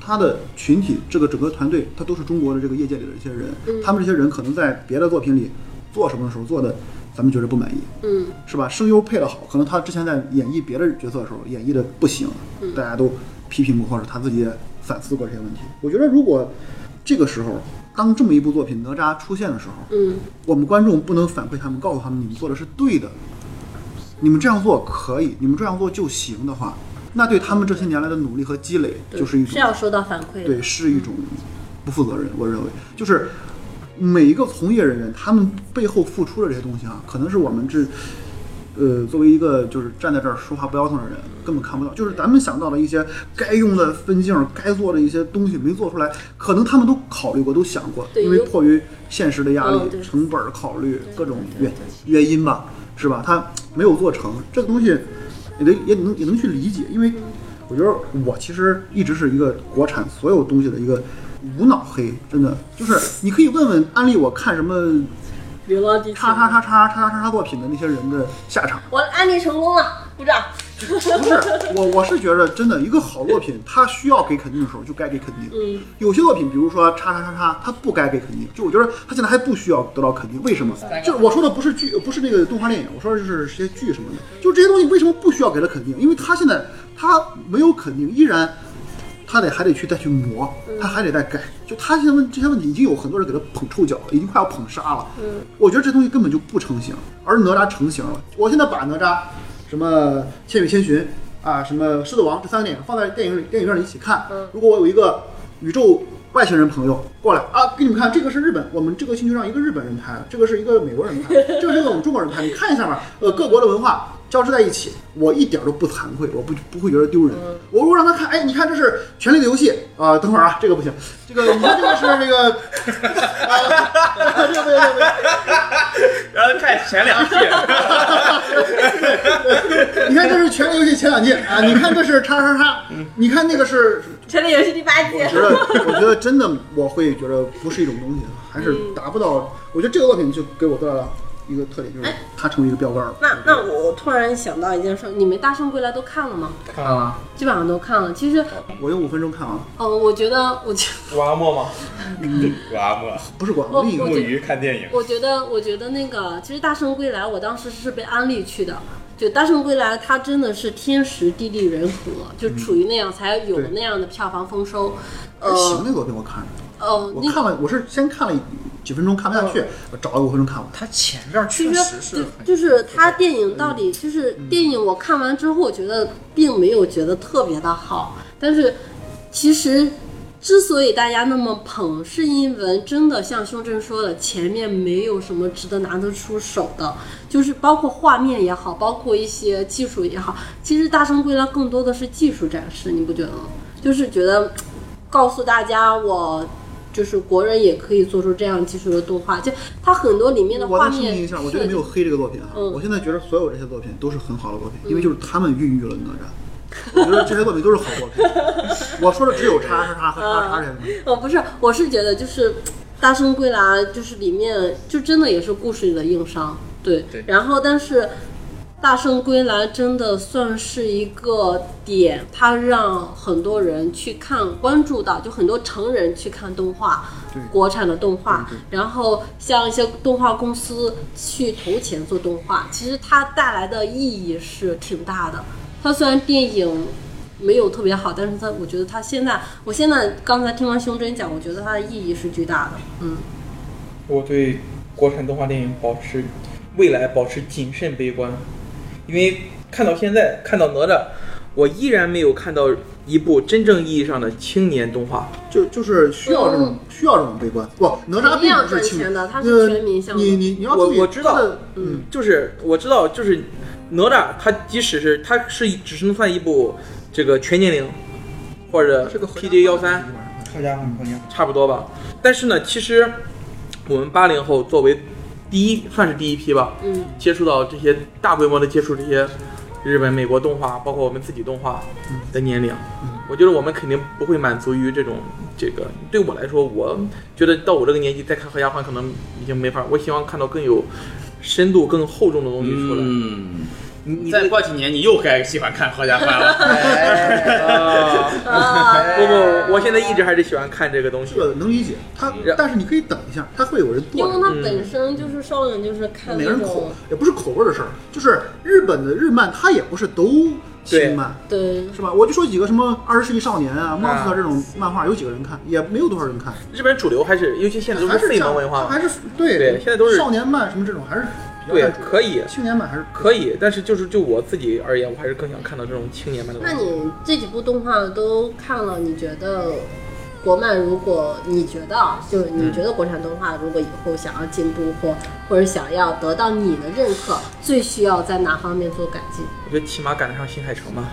Speaker 3: 他的群体，这个整个团队，他都是中国的这个业界里的一些人，
Speaker 2: 嗯
Speaker 3: 他们这些人可能在别的作品里做什么的时候做的，咱们觉得不满意，
Speaker 2: 嗯，
Speaker 3: 是吧？声优配的好，可能他之前在演绎别的角色的时候演绎的不行，
Speaker 2: 嗯
Speaker 3: 大家都批评过，或者他自己也反思过这些问题。我觉得如果这个时候，当这么一部作品《哪吒》出现的时候，
Speaker 2: 嗯，
Speaker 3: 我们观众不能反馈他们，告诉他们你们做的是对的，你们这样做可以，你们这样做就行的话，那对他们这些年来的努力和积累就是一种
Speaker 2: 是要收到反馈的
Speaker 3: 对，。是一种不负责任。我认为，就是每一个从业人员，他们背后付出的这些东西啊，可能是我们这，呃，作为一个就是站在这儿说话不腰疼的人，根本看不到。就是咱们想到的一些该用的分镜、该做的一些东西没做出来，可能他们都考虑过、都想过，
Speaker 2: 对
Speaker 3: 因为
Speaker 2: 有
Speaker 3: 迫于现实的压力
Speaker 2: 嗯、对
Speaker 3: 成本儿考虑、各种
Speaker 2: 对
Speaker 3: 原原因吧，是吧？他没有做成这个东西，也得也能也能去理解，因为我觉得我其实一直是一个国产所有东西的一个无脑黑，真的就是你可以问问安利我看什么
Speaker 2: 流浪地球，
Speaker 3: 叉叉叉叉叉叉叉叉作品的那些人的下场，
Speaker 2: 我安利成功了，鼓 (laughs) 掌。
Speaker 3: 不是我我是觉得真的一个好作品，它需要给肯定的时候就该给肯定。
Speaker 2: 嗯，
Speaker 3: 有些作品，比如说叉叉叉叉，它不该被肯定，就我觉得它现在还不需要得到肯定，为什么？就是我说的不是剧，不是那个动画电影，我说的就是这些剧什么的，就是这些东西为什么不需要给它肯定？因为它现在它没有肯定，依然它得还得去再去磨，它还得再改，就它现在问这些问题已经有很多人给它捧臭脚了，已经快要捧杀了。嗯，我觉得这东西根本就不成型，而哪吒成型了。我现在把哪吒什么《千与千寻》啊，什么《狮子王》这三个电影放在电影里电影院里一起看。如果我有一个宇宙外星人朋友过来啊，给你们看，这个是日本，我们这个星球上一个日本人拍的，这个是一个美国人拍的，这个是一个我们中国人拍的，你看一下嘛，呃，各国的文化。交织在一起，我一点都不惭愧，我不不会觉得丢人。我如果让他看，哎，你看这是《权力的游戏》啊、等会儿啊，这个不行，这个你看这个是那个，啊，这个不行，这个不行，
Speaker 5: 然后看前两季，
Speaker 3: 你看这是《权力游戏》前两季啊，你看这是叉叉叉，你看那个是
Speaker 2: 陈立游戏第八季
Speaker 3: 我，觉得，我觉得真的，我会觉得不是一种东西，还是
Speaker 2: 嗯
Speaker 3: 达不到。我觉得这个作品就给我带来了一个特点，
Speaker 2: 哎
Speaker 3: 就是它成为一个标杆了。
Speaker 2: (laughs) 那那我我突然想到一件事，你们《大圣归来》都看了吗？
Speaker 4: 看了吗？
Speaker 2: 基本上都看了。其实，
Speaker 3: 我用五分钟看完了，
Speaker 2: 呃，我觉得，我觉
Speaker 6: 王默吗？
Speaker 5: 阿莫
Speaker 3: 不是广
Speaker 2: 我
Speaker 3: 另一个
Speaker 2: 我
Speaker 5: 木鱼看电影，
Speaker 2: 我觉得，我觉得那个，其实《大圣归来》，我当时是被安利去的。就《大圣归来》，它真的是天时地利人和，就
Speaker 5: 嗯
Speaker 2: 处于那样才有
Speaker 3: 对
Speaker 2: 那样的票房丰收。
Speaker 3: 还行
Speaker 2: 呃
Speaker 3: 那作品我看着，
Speaker 2: 呃，
Speaker 3: 我
Speaker 2: 那
Speaker 3: 看了，我是先看了几分钟看不
Speaker 2: 嗯
Speaker 3: 下去，我找了五分钟看完。
Speaker 4: 他前面确
Speaker 2: 其
Speaker 4: 实
Speaker 2: 实
Speaker 4: 是
Speaker 2: 就就是他电影到底就是
Speaker 4: 嗯
Speaker 2: 电影，我看完之后，我觉得并没有觉得特别的好，但是其实。之所以大家那么捧，是因为真的像胸针说的，前面没有什么值得拿得出手的，就是包括画面也好，包括一些技术也好，其实《大圣归来》更多的是技术展示，你不觉得吗？就是觉得告诉大家我。就是国人也可以做出这样技术的动画，就它很多里面的
Speaker 3: 我
Speaker 2: 画
Speaker 3: 再声
Speaker 2: 面
Speaker 3: 明一下，我觉
Speaker 2: 设
Speaker 3: 得
Speaker 2: 计
Speaker 3: 没有黑这个作品哈。啊
Speaker 2: 嗯
Speaker 3: 我现在觉得所有这些作品都是很好的作品，因为就是他们孕育了哪吒，我觉得这些作品都是好
Speaker 2: (laughs)
Speaker 3: 作品。我说的只有叉叉叉
Speaker 2: 嗯
Speaker 3: 和叉叉这些东西。
Speaker 2: 哦，不是，我是觉得就是《大圣归来》，就是里面就真的也是故事里的硬伤，对。
Speaker 6: 对
Speaker 2: 然后，但是《大圣归来》真的算是一个点，它让很多人去看、关注到，就很多成人去看动画，国产的动画。然后像一些动画公司去投钱做动画，其实它带来的意义是挺大的。它虽然电影没有特别好，但是它我觉得它现在，我现在刚才听完胸针讲，我觉得它的意义是巨大的。
Speaker 3: (laughs)
Speaker 2: 嗯，
Speaker 6: 我对国产动画电影保持未来保持谨慎悲观，因为看到现在看到哪吒，我依然没有看到一部真正意义上的青年动画。
Speaker 3: 就就是需要这种需要这种悲观。不，哪
Speaker 2: 嗯一
Speaker 3: 吒并不是
Speaker 2: 定要赚
Speaker 3: 青
Speaker 2: 钱的它是
Speaker 3: 呃
Speaker 2: 全民项目
Speaker 3: 你你你要
Speaker 6: 我
Speaker 3: 注意
Speaker 6: 我知道
Speaker 3: 它的嗯，
Speaker 6: 就是我知道，就是哪吒，他即使是他是只是能算一部这个全年龄或者
Speaker 3: 这个
Speaker 6: PJ 幺三。
Speaker 4: 客家话，客家话，
Speaker 6: 差不多吧。但是呢，其实我们八零后作为第一，算是第一批吧，
Speaker 2: 嗯，
Speaker 6: 接触到这些大规模的接触这些日本、美国动画，包括我们自己动画
Speaker 3: 嗯
Speaker 6: 的年龄，我觉得我们肯定不会满足于这种这个。对我来说，我觉得到我这个年纪再看《合家欢》可能已经没法儿，我希望看到更有深度、更厚重的东西出来。
Speaker 5: 嗯，
Speaker 6: 你你
Speaker 5: 再过几年你又该喜欢看合家欢了。
Speaker 6: (laughs) 啊，
Speaker 2: 呃
Speaker 6: 不不，我现在一直还是喜欢看这个东西
Speaker 3: 这。个能理解。他但是你可以等一下，他会有人
Speaker 2: 因
Speaker 3: 做
Speaker 2: 为
Speaker 3: 的。
Speaker 2: 它本身就是少年，就是看
Speaker 3: 每个
Speaker 2: 那
Speaker 3: 嗯人
Speaker 2: 种
Speaker 3: 口也不是口味的事儿，就是日本的日漫，它也不是都轻漫。
Speaker 2: 对
Speaker 3: 是吧？我就说几个什么二十世纪少年啊、
Speaker 6: 啊
Speaker 3: monster 这种漫画，有几个人看？也没有多少人看。
Speaker 6: 日本主流还是，尤其现在都
Speaker 3: 还
Speaker 6: 是
Speaker 3: 是
Speaker 6: 废文文
Speaker 3: 这样
Speaker 6: 化，
Speaker 3: 还是对
Speaker 6: 对现在都是
Speaker 3: 少年漫什么这种，还是比较
Speaker 6: 对
Speaker 3: 占主，流
Speaker 6: 可以
Speaker 3: 青年漫还是
Speaker 6: 可以，但是就是就我自己而言，我还是更想看到这种青年漫的
Speaker 2: 那
Speaker 6: 东西。
Speaker 2: 你这几部动画都看了，你觉得国漫如果你觉得啊就是你
Speaker 3: 嗯
Speaker 2: 觉得国产动画如果以后想要进步或或者想要得到你的认可，最需要在哪方面做改进？
Speaker 6: 我觉得起码赶得上新海诚吧。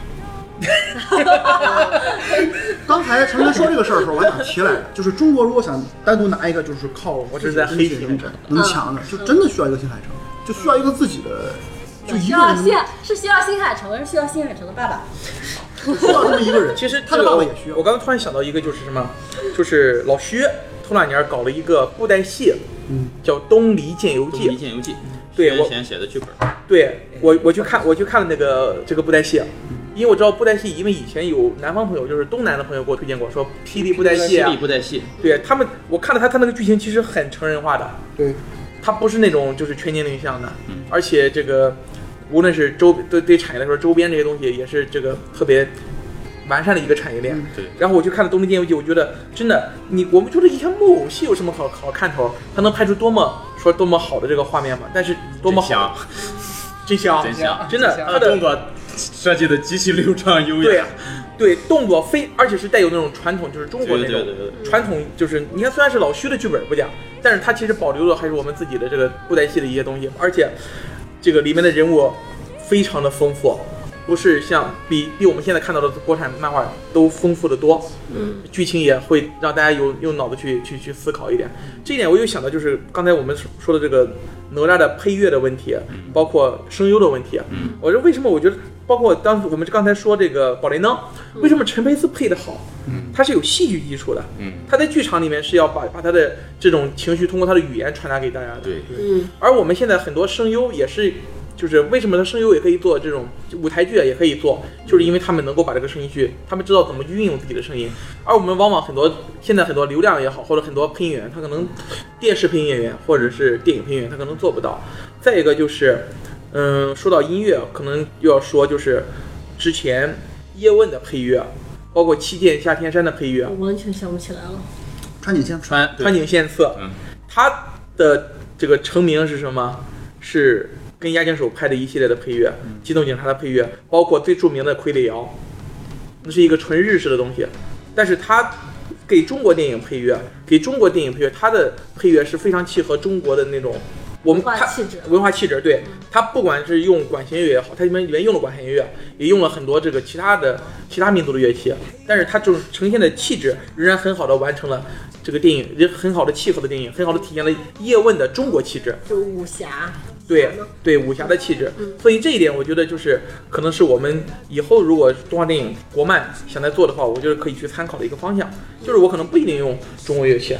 Speaker 3: 刚才陈哥说这个事儿的时候，我还想提来着，就是中国如果想单独拿一个，就是靠我
Speaker 6: 这是在黑屏嗯
Speaker 3: 能强的，就真的需要一个新海诚，就需要一个自己的，就一
Speaker 2: 需
Speaker 3: 个
Speaker 2: 要
Speaker 3: 人
Speaker 2: 新是需要新海诚，还是需要新海诚的爸爸？
Speaker 3: 需要这么一个人。
Speaker 6: 其实
Speaker 3: 他的
Speaker 6: 这个
Speaker 3: 爸
Speaker 6: 我
Speaker 3: 爸也需要
Speaker 6: 我。刚刚突然想到一个，就是什么，就是老薛头两年搞了一个布袋戏，
Speaker 3: 嗯，
Speaker 6: 叫《东篱剑游
Speaker 5: 东
Speaker 6: 记
Speaker 5: 篱》。剑游记，
Speaker 6: 对
Speaker 5: 之
Speaker 6: 我
Speaker 5: 前写的剧本，
Speaker 6: 对我我去看我去看了那个这个布袋戏，因为我知道布袋戏，因为以前有南方朋友，就是东南的朋友给我推荐过，说霹雳布袋戏
Speaker 5: 犀
Speaker 6: 啊
Speaker 5: 利，布袋戏，
Speaker 6: 对他们，我看了他他那个剧情其实很成人化的，
Speaker 4: 对，
Speaker 6: 它不是那种就是全年龄向的，
Speaker 5: 嗯
Speaker 6: 而且这个无论是周对对产业来说，周边这些东西也是这个特别完善的一个产业链。
Speaker 5: 对
Speaker 6: 然后我去看了《东京电游记》，我觉得真的，你我们觉得以前木偶戏有什么好好看头？它能拍出多么说多么好的这个画面吗？但是多么
Speaker 5: 真香
Speaker 6: 好，真香，
Speaker 5: 真香
Speaker 6: 真的，
Speaker 4: 真香
Speaker 6: 它
Speaker 5: 他
Speaker 6: 的
Speaker 5: 动作设计的极其流畅优
Speaker 6: 对
Speaker 5: 雅。，
Speaker 6: 对，动作非，而且是带有那种传统，就是中国那
Speaker 5: 对对
Speaker 6: 种
Speaker 5: 对对
Speaker 6: 传统，就是你看，虽然是老徐的剧本不讲，但是他其实保留了还是我们自己的这个布袋戏的一些东西，而且这个里面的人物非常的丰富，不是像比比我们现在看到的国产漫画都丰富的多，嗯，剧情也会让大家有用脑子去去去思考一点。这一点我又想到就是刚才我们说说的这个哪吒的配乐的问题，包括声优的问题，嗯，我说为什么我觉得。包括当我们刚才说这个宝莲灯，为什么陈佩斯配的好？他是有戏剧基础的，
Speaker 5: 嗯
Speaker 6: 他在剧场里面是要把把他的这种情绪通过他的语言传达给大家的。
Speaker 5: 对，
Speaker 2: 嗯，
Speaker 6: 而我们现在很多声优也是，就是为什么他声优也可以做这种舞台剧啊也可以做，就是因为他们能够把这个声音去，他们知道怎么运用自己的声音。而我们往往很多现在很多流量也好，或者很多配音演员，他可能电视配音演员或者是电影配音演员，他可能做不到。再一个就是，嗯，说到音乐，可能又要说就是之前叶问的配乐，啊包括《七剑下天山》的配乐，啊
Speaker 2: 我完全想不起来了。
Speaker 3: 川井先
Speaker 5: 川
Speaker 6: 川井宪次，
Speaker 5: 嗯
Speaker 6: 他的这个成名是什么？是跟押井守拍的一系列的配乐，机动警察》的配乐，包括最著名的《傀儡摇》，那是一个纯日式的东西，但是他给中国电影配乐，给中国电影配乐，他的配乐是非常契合中国的那种。我们
Speaker 2: 文化
Speaker 6: 他
Speaker 2: 气质
Speaker 6: 文化气质，对他不管是用管弦乐也好，它里面里面用了管弦乐，也用了很多这个其他的其他民族的乐器，但是它就是呈现的气质仍然很好的完成了这个电影，也很好的契合了电影，很好的体现了叶问的中国气质。
Speaker 2: 就是武侠、
Speaker 6: 对
Speaker 2: 呢
Speaker 6: 对武侠的气质
Speaker 2: 嗯，
Speaker 6: 所以这一点我觉得就是可能是我们以后如果动画电影国漫想再做的话，我觉得可以去参考的一个方向，就是我可能不一定用中国乐器，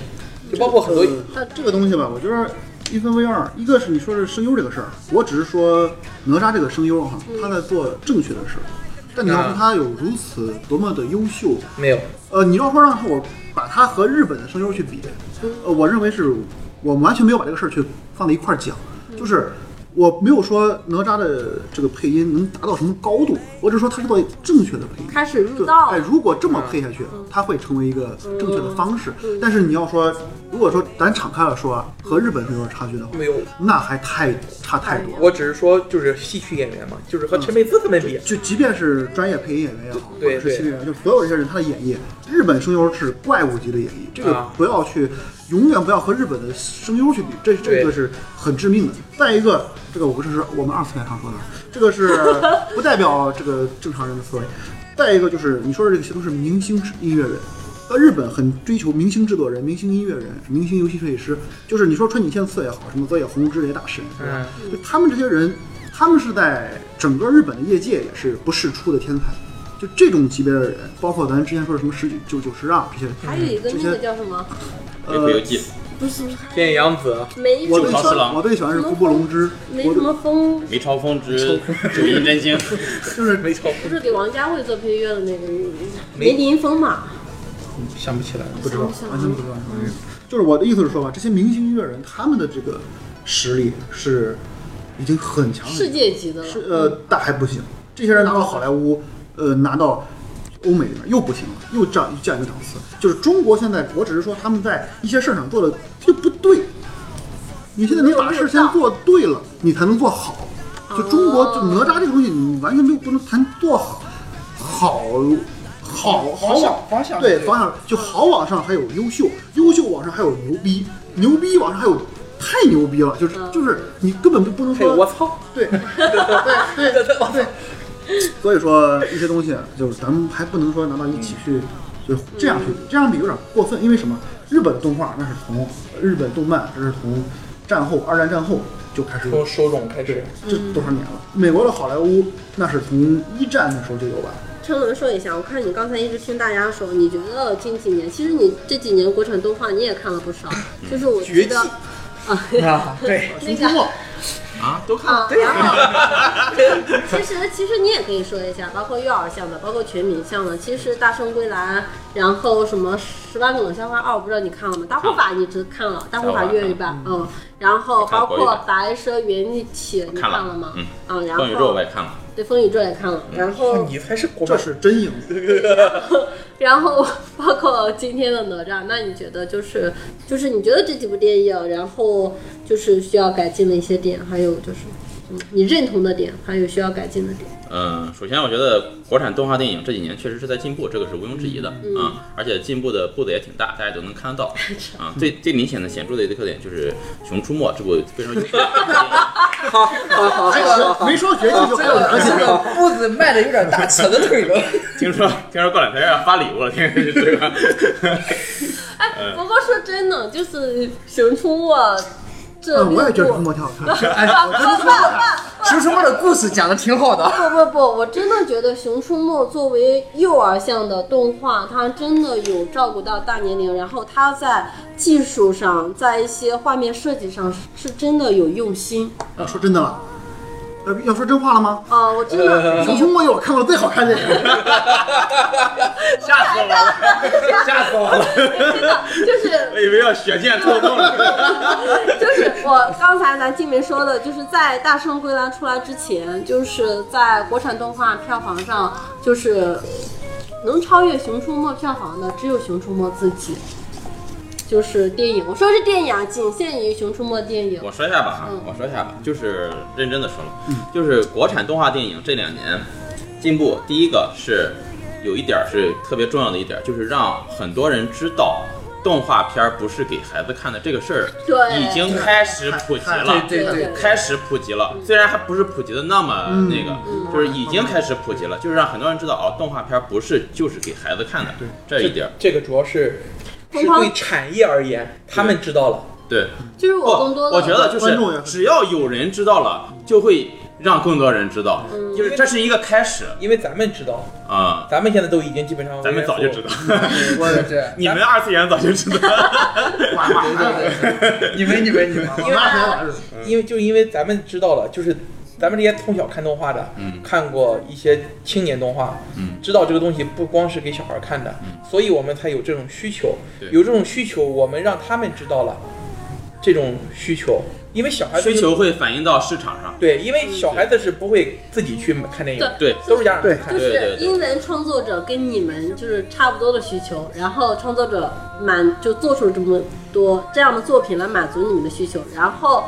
Speaker 6: 就包括很多
Speaker 2: 嗯
Speaker 3: 呃，但这个东西吧，我觉得一分为二，一个是你说是声优这个事儿，我只是说哪吒这个声优哈，他在做正确的事儿。但你要说他有如此多么的优秀，
Speaker 6: 没有，
Speaker 3: 呃，你要说让我把他和日本的声优去比，呃，我认为是我完全没有把这个事儿去放在一块儿讲，就是我没有说哪吒的这个配音能达到什么高度，我只是说他是做正确的配音。
Speaker 2: 开始入
Speaker 3: 对，
Speaker 2: 道
Speaker 3: 哎，
Speaker 2: 了，
Speaker 3: 如果这么配下去，它会成为一个正确的方式。但是你要说，如果说咱敞开了说，和日本是有点差距的话，
Speaker 6: 没有
Speaker 3: 那还太差嗯太多了。
Speaker 6: 我只是说就是戏曲演员嘛，就是和陈佩斯他们比，
Speaker 3: 就即便是专业配音演员也好，或
Speaker 6: 对
Speaker 3: 者是新演员，就所有这些人他的演绎，日本声优是怪物级的演绎，这个
Speaker 6: 啊
Speaker 3: 不要去，永远不要和日本的声优去比，这这
Speaker 6: 对
Speaker 3: 个是很致命的。再一个，这个我不是是我们二次元常说的，这个
Speaker 6: (laughs)
Speaker 3: 是不代表这个正常人的思维。再一个就是你说的这些都是明星制音乐人。呃，日本很追求明星制作人、明星音乐人、明星游戏设计师，就是你说川井宪次也好，什么泽野弘之这些大神，对吧？
Speaker 6: 嗯，
Speaker 3: 就他们这些人，他们是在整个日本的业界也是不世出的天才。就这种级别的人，包括咱之前说的什么十九九九十让这些，
Speaker 2: 还有一个
Speaker 3: 这
Speaker 2: 那
Speaker 3: 些
Speaker 2: 个叫什么？
Speaker 6: 呃
Speaker 5: 没鬼游记，
Speaker 2: 不是不是，还有
Speaker 6: 电影杨紫，
Speaker 2: 没
Speaker 3: 我最
Speaker 5: 九
Speaker 3: 喜
Speaker 5: 朝四郎
Speaker 3: 欢我最喜欢是
Speaker 2: 什么
Speaker 3: 库布隆之，
Speaker 2: 没
Speaker 3: 我
Speaker 2: 什么风，
Speaker 5: 梅超风之 (laughs) 九阴真
Speaker 6: (laughs)
Speaker 5: 经，
Speaker 3: 就是
Speaker 6: 没错，
Speaker 2: 不是给王家卫做配乐的那个梅林风嘛？
Speaker 4: 想不起来了。
Speaker 3: 不知道，
Speaker 2: 我想
Speaker 3: 完全不知道。就是我的意思是说吧，这些明星音乐人他们的这个实力是已经很强很强
Speaker 2: 世界级的了。
Speaker 3: 嗯是呃，但还不行。这些人拿到好莱坞，呃，拿到欧美里面又不行了，又降降一个档次。就是中国现在，我只是说他们在一些事儿上做的就不对。你现在能把事先做对了，你才能做好。就中国就哪吒这个东西，你完全没有不能谈做好，好，好，好
Speaker 4: 方向
Speaker 3: 往
Speaker 4: 方向
Speaker 3: 对
Speaker 4: 对
Speaker 3: 方向就好往上还有优秀，优秀往上还有牛逼，牛逼往上还有太牛逼了，就是就是你根本就不能
Speaker 6: 还有
Speaker 3: 说
Speaker 6: 我操，
Speaker 3: 对对对对对， (laughs) 所以说一些东西就是咱们还不能说拿到一起去，就是这样去这样比有点过分，因为什么？日本动画那是从日本动漫，这是从战后二战战后就开始有，
Speaker 6: 从手冢开始，
Speaker 3: 这多少年了？美国的好莱坞那是从一战那时候就有吧？
Speaker 2: 陈文说一下，我看你刚才一直听大家说，你觉得近几年，其实你这几年国产动画你也看了不少，就是我觉得啊，
Speaker 4: 对，
Speaker 2: 那个
Speaker 5: 啊，都看
Speaker 2: 啊，然后其实其实你也可以说一下，包括幼儿向的，包括全民向的，其实《大圣归来》，然后什么《十万个冷笑话二》，我不知道你看了吗？大护法你只看了，大护法粤语版，嗯，然后包
Speaker 5: 我看了国语
Speaker 2: 括
Speaker 5: 版
Speaker 2: 《白蛇缘起》，你
Speaker 5: 看了
Speaker 2: 了吗？
Speaker 5: 嗯
Speaker 2: 啊，然后
Speaker 5: 风宇宙我也看了，
Speaker 2: 对《风雨咒》也看了，
Speaker 5: 嗯
Speaker 2: 然后
Speaker 6: 你才是国
Speaker 3: 这
Speaker 6: 漫，
Speaker 3: 是真赢。
Speaker 2: (laughs) 然后包括今天的哪吒，那你觉得就是就是你觉得这几部电影，然后就是需要改进的一些点，还有就是嗯你认同的点，还有需要改进的点。
Speaker 5: 嗯，首先我觉得国产动画电影这几年确实是在进步，这个是毋庸置疑的啊、嗯而且进步的步子也挺大，大家都能看得 (laughs) 到啊、最最明显的显著的一个特点就是《熊出没》这部非常优秀 (laughs) 的动画电影。
Speaker 6: 好好好
Speaker 3: 还
Speaker 6: 好
Speaker 3: 行，
Speaker 6: 好，
Speaker 3: 没说绝技就还有良心
Speaker 4: 这。个步子迈的有点大，扯的 (laughs) 腿了。
Speaker 5: 听说听说过两天要发礼物 (laughs) 了，听说是这个。
Speaker 2: 哎，不过说真的，就是《熊出没》这
Speaker 3: 嗯，我也觉得
Speaker 2: 六
Speaker 3: 《红
Speaker 2: 部。
Speaker 3: 魔》挺好看。
Speaker 4: 哎，
Speaker 2: 不
Speaker 4: 我
Speaker 2: 不不
Speaker 4: 熊出没的故事讲的挺好的。
Speaker 2: 啊不不不，我真的觉得《熊出没》作为幼儿向的动画，它真的有照顾到大年龄，然后它在技术上，在一些画面设计上是是真的有用心。
Speaker 3: 说真的了， (laughs) 呃要要说真话了吗？
Speaker 2: 啊、我真的
Speaker 3: 《熊出没》有我看过最好看的电影。 (laughs)
Speaker 5: 吓死我了！吓死我了！
Speaker 2: 真的就是
Speaker 5: (laughs) 我以为要血溅透透了。
Speaker 2: (laughs) 就是我刚才咱静梅说的，就是在《大圣归来》出来之前，就是在国产动画票房上，就是能超越《熊出没》票房的只有《熊出没》自己。就是电影，我说是电影啊，仅限于《熊出没》电影。
Speaker 5: 我说一下吧，啊，我说一下吧，就是认真的说了，就是国产动画电影这两年进步，第一个是有一点儿是特别重要的一点儿，就是让很多人知道。动画片儿不是给孩子看的这个事儿，
Speaker 2: 对
Speaker 5: 已经开始普及了，
Speaker 4: 对对
Speaker 2: 对
Speaker 5: 开始普及了。虽然还不是普及的那么那个，就是已经开始普及了，就是让很多人知道哦，动画片儿不是就是给孩子看的，这一点儿。
Speaker 6: 这个主要是是
Speaker 2: 东方
Speaker 6: 对产业而言，他们知道了，
Speaker 5: 对，
Speaker 2: 就是我更多的，
Speaker 5: 不，哦我觉得就
Speaker 3: 观众也
Speaker 5: 是只要有人知道了，就会让更多人知道，就是这是一个开始
Speaker 6: 因为咱们知道，
Speaker 5: 啊。
Speaker 6: 咱们现在都已经基本上，
Speaker 5: 咱们早就知道， (laughs)
Speaker 4: 我的这，
Speaker 5: 你们二次元早就知
Speaker 4: (laughs)
Speaker 5: 道。
Speaker 3: 晚晚
Speaker 4: 对对 (laughs) 对，你们你们你们，
Speaker 3: 晚晚晚晚
Speaker 5: 嗯
Speaker 6: 因为就因为咱们知道了，就是咱们这些从小看动画的，
Speaker 5: 嗯
Speaker 6: 看过一些青年动画，
Speaker 5: 嗯
Speaker 6: 知道这个东西不光是给小孩看的，所以我们才有这种需求
Speaker 5: 对。
Speaker 6: 有这种需求，我们让他们知道了这种需求，因为小孩子
Speaker 5: 需求会反映到市场上。
Speaker 6: 对，因为小孩子是不会自己去看电影的，
Speaker 5: 对
Speaker 6: 都是家长去
Speaker 2: 就
Speaker 6: 看的。
Speaker 5: 对对
Speaker 2: 是
Speaker 5: 对
Speaker 2: 英文创作者跟你们就是差不多的需求，然后创作者满就做出了这么多这样的作品来满足你们的需求，然后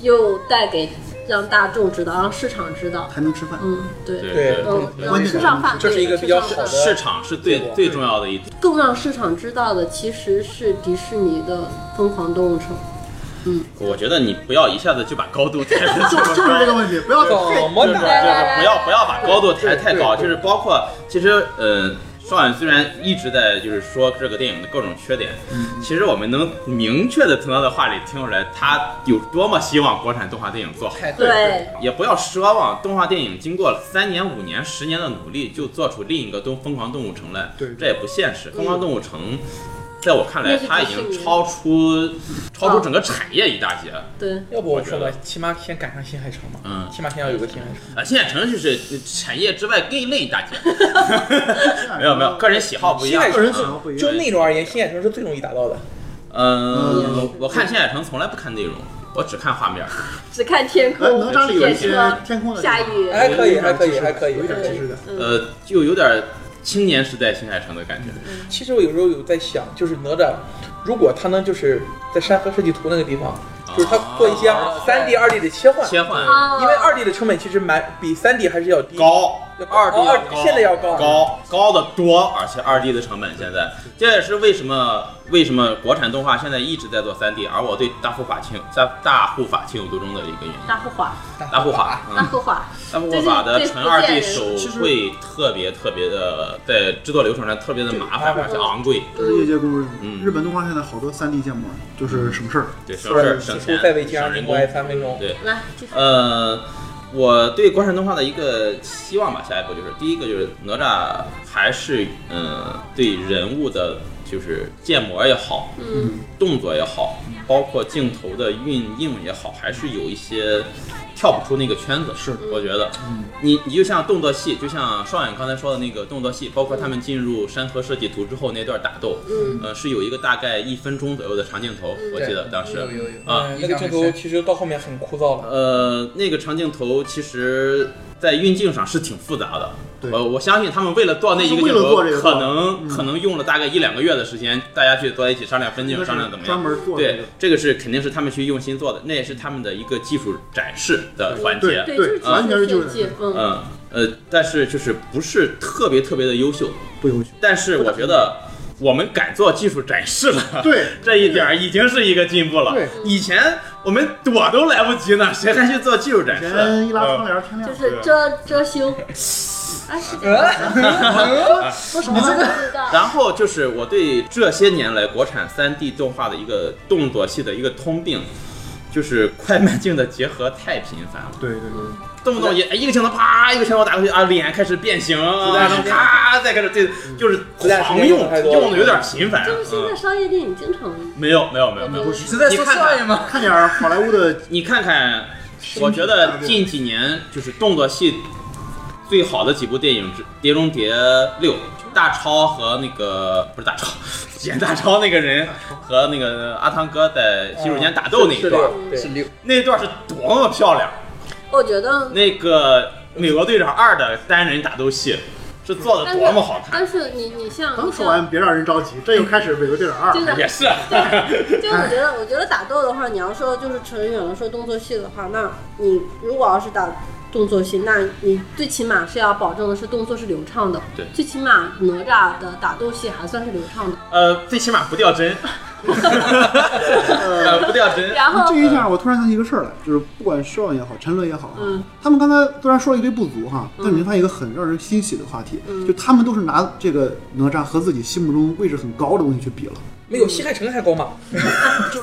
Speaker 2: 又带给让大众知道，让市场知道。
Speaker 3: 还能吃饭。
Speaker 2: 嗯，对，
Speaker 5: 对
Speaker 2: 嗯，
Speaker 5: 对，
Speaker 2: 让市场反
Speaker 6: 这是一个比较
Speaker 2: 对市
Speaker 6: 好
Speaker 2: 场
Speaker 6: 的
Speaker 2: 反
Speaker 5: 市场是最最重要的一点。
Speaker 2: 更让市场知道的其实是迪士尼的《疯狂动物城》。
Speaker 5: 我觉得你不要一下子就把高度抬得这
Speaker 4: (laughs)
Speaker 3: 就
Speaker 5: 么
Speaker 3: 就是这个问题，不要走。
Speaker 6: 怎
Speaker 5: 就
Speaker 6: 么
Speaker 5: 是就是
Speaker 6: 打？
Speaker 5: 不要不要把高度抬太高，
Speaker 6: 对对对
Speaker 5: 就是包括其实呃，少远虽然一直在就是说这个电影的各种缺点，其实我们能明确的从他的话里听出来，他有多么希望国产动画电影做好。
Speaker 4: 太对了，
Speaker 2: 对，
Speaker 5: 也不要奢望动画电影经过三年、五年、十年的努力就做出另一个《东疯狂动物城》来，
Speaker 3: 对
Speaker 5: 这也不现实。疯狂动物城，在我看来，
Speaker 2: 那是
Speaker 5: 它已
Speaker 2: 迪士
Speaker 5: 经
Speaker 2: 尼
Speaker 5: 超
Speaker 2: 哦
Speaker 5: 出超出整个产业一大截。
Speaker 2: 对，
Speaker 6: 要不我说吧，起码先赶上新海诚嘛，
Speaker 5: 嗯
Speaker 6: 起码先要有个新海诚。
Speaker 5: 啊，新海诚就是产业之外另类一 (laughs) 大截。没有没有，个人喜好不一样
Speaker 6: 新。海
Speaker 3: 个人喜好不一
Speaker 6: 就
Speaker 3: 样。
Speaker 6: 内容而言，新海诚是最容易达到的。
Speaker 5: 嗯，我我看新海诚从来不看内容，我只看画面。
Speaker 2: 只看天
Speaker 3: 哎，
Speaker 2: 空
Speaker 3: 哪吒里有一
Speaker 2: 电
Speaker 3: 些
Speaker 2: 车、
Speaker 3: 天空的
Speaker 2: 下雨，
Speaker 6: 哎还可以
Speaker 3: 有一点
Speaker 6: 还可以
Speaker 3: 既视感
Speaker 6: 还可以
Speaker 3: 有一点即视感。
Speaker 5: 呃，就有点青年时代新海诚的感觉。
Speaker 6: 其实我有时候有在想，就是哪吒，如果他能就是在山河设计图那个地方，就是他做一些三 D、二 D 的切换，
Speaker 5: 啊切换
Speaker 2: 啊
Speaker 6: 因为二 D 的成本其实蛮比三 D 还是要低，
Speaker 5: 高，
Speaker 6: 要高
Speaker 5: 二 D
Speaker 6: 哦
Speaker 5: 要
Speaker 6: 二 D 现在要高
Speaker 5: 高高的多，而且二 D 的成本现在，这也是为什么为什么国产动画现在一直在做三 D，而我对大护法情大大护法情有独钟的一个原因。
Speaker 2: 大护法，
Speaker 5: 大护法，
Speaker 2: 大
Speaker 5: 嗯，
Speaker 2: 护法，
Speaker 5: 大护法的
Speaker 2: 这是
Speaker 5: 纯二 D
Speaker 2: 这是
Speaker 5: 手绘特别特别的，在制作流程上特别的麻烦，
Speaker 6: 对
Speaker 5: 而且昂贵，
Speaker 3: 这是业界公认。
Speaker 5: 嗯
Speaker 3: 日本动画现在好多三 D 建模，就是什么事儿？
Speaker 5: 对，省事儿
Speaker 6: 此
Speaker 5: 省
Speaker 6: 处再为
Speaker 5: 钱，
Speaker 6: 家
Speaker 5: 省
Speaker 6: 人
Speaker 5: 人
Speaker 6: 另
Speaker 5: 工
Speaker 6: 外。三分钟。
Speaker 5: 对，
Speaker 2: 来，继续
Speaker 5: 呃，我对国产动画的一个希望吧，下一步就是第一个就是哪吒还是呃对人物的，就是建模也好，
Speaker 2: 嗯，
Speaker 5: 动作也好，包括镜头的运用也好，还是有一些跳不出那个圈子。
Speaker 3: 是，
Speaker 5: 我觉得，你你就像动作戏，就像双眼刚才说的那个动作戏，包括他们进入山河设计图之后那段打斗，
Speaker 2: 嗯，
Speaker 5: 呃，是有一个大概一分钟左右的长镜头，我记得当时，
Speaker 4: 有有有
Speaker 5: 啊
Speaker 6: 嗯，那个镜头其实到后面很枯燥了。
Speaker 5: 呃，那个长镜头其实，在运镜上是挺复杂的。
Speaker 3: 对
Speaker 5: 呃，我相信他们为了做那一个镜
Speaker 3: 就是为了
Speaker 5: 头，
Speaker 3: 做这个嗯
Speaker 5: 可能、可能用了大概一两个月的时间，大家去坐在一起商量分
Speaker 3: 应
Speaker 5: 镜，
Speaker 3: 该
Speaker 5: 商量
Speaker 3: 是
Speaker 5: 怎么
Speaker 3: 专
Speaker 5: 样。
Speaker 3: 门做这
Speaker 5: 对
Speaker 3: 个。，
Speaker 5: 这个是肯定是他们去用心做的，那也是他们的一个技术展示的环节。
Speaker 2: 对，就
Speaker 3: 对
Speaker 2: 是
Speaker 3: 完全是
Speaker 2: 技
Speaker 3: 就
Speaker 2: 术
Speaker 3: 是
Speaker 2: 设计，嗯，
Speaker 5: 嗯呃，但是就是不是特别特别的优秀，
Speaker 3: 不优秀。
Speaker 5: 但是我觉得我们敢做技术展示了。
Speaker 3: 对，
Speaker 5: (laughs) 这一点儿已经是一个进步了。
Speaker 3: 对
Speaker 5: 以前我们躲都来不及呢，谁还去做技术展示？
Speaker 3: 人一拉窗
Speaker 5: 呃
Speaker 3: 帘，天亮
Speaker 2: 就
Speaker 3: 了。
Speaker 2: 是遮遮羞，啊，是这样
Speaker 3: (laughs) 说什么呢？
Speaker 2: 知道。
Speaker 3: (laughs)
Speaker 5: 然后就是我对这些年来国产3 D 动画的一个动作戏的一个通病，就是快慢镜的结合太频繁了，
Speaker 3: 对对对，
Speaker 5: 动不动也哎一个镜头啪一个拳头打过去啊，脸开始变形，然后咔再开始对，就是狂用
Speaker 6: 子弹时间用得太多了
Speaker 5: 用的有点频繁。
Speaker 2: 就是现在
Speaker 5: 嗯，
Speaker 2: 商业电影经常
Speaker 5: 没有没有没有没有，
Speaker 4: 是在说
Speaker 5: 你看看
Speaker 4: 少爷吗？
Speaker 3: (laughs) 看点儿好莱坞的
Speaker 5: (laughs) 你看看，我觉得近几年就是动作戏最好的几部电影之《碟中谍六》，大超和那个不是大超， (laughs) 演大超那个人和那个阿汤哥在洗手间打斗那一
Speaker 3: 哦
Speaker 6: 是
Speaker 5: 段，
Speaker 6: 的对
Speaker 4: 是六，
Speaker 5: 那一段是多么漂亮！
Speaker 2: 我觉得，
Speaker 5: 那个《美国队长二》的单人打斗戏是做的
Speaker 2: 但是
Speaker 5: 多么好看，
Speaker 2: 但是你你像
Speaker 3: 刚
Speaker 2: 你
Speaker 3: 说
Speaker 2: 像，
Speaker 3: 完，哎别让人着急，这又开始《美国队长二
Speaker 2: 就》。
Speaker 5: 也
Speaker 2: 是
Speaker 5: 是。
Speaker 3: (laughs)
Speaker 2: 就我觉得，我觉得打斗的话，你要说就是纯远了说动作戏的话，那你如果要是打动作戏，那你最起码是要保证的是动作是流畅的，
Speaker 5: 对
Speaker 2: 最起码哪吒的打斗戏还算是流畅的，
Speaker 5: (laughs) 呃，最起码不
Speaker 3: (laughs)
Speaker 5: 掉帧，呃，不掉
Speaker 3: 哎
Speaker 5: 帧。
Speaker 2: 然后
Speaker 3: 这一下我突然想起一个事儿来，就是不管少爷也好，陈伦也好，
Speaker 2: 嗯，
Speaker 3: 他们刚才虽然说了一堆不足哈，但你会发现一个很让人
Speaker 2: 嗯
Speaker 3: 欣喜的话题，就他们都是拿这个哪吒和自己心目中位置很高的东西去比了。
Speaker 6: 没有西海城还高吗？
Speaker 7: 三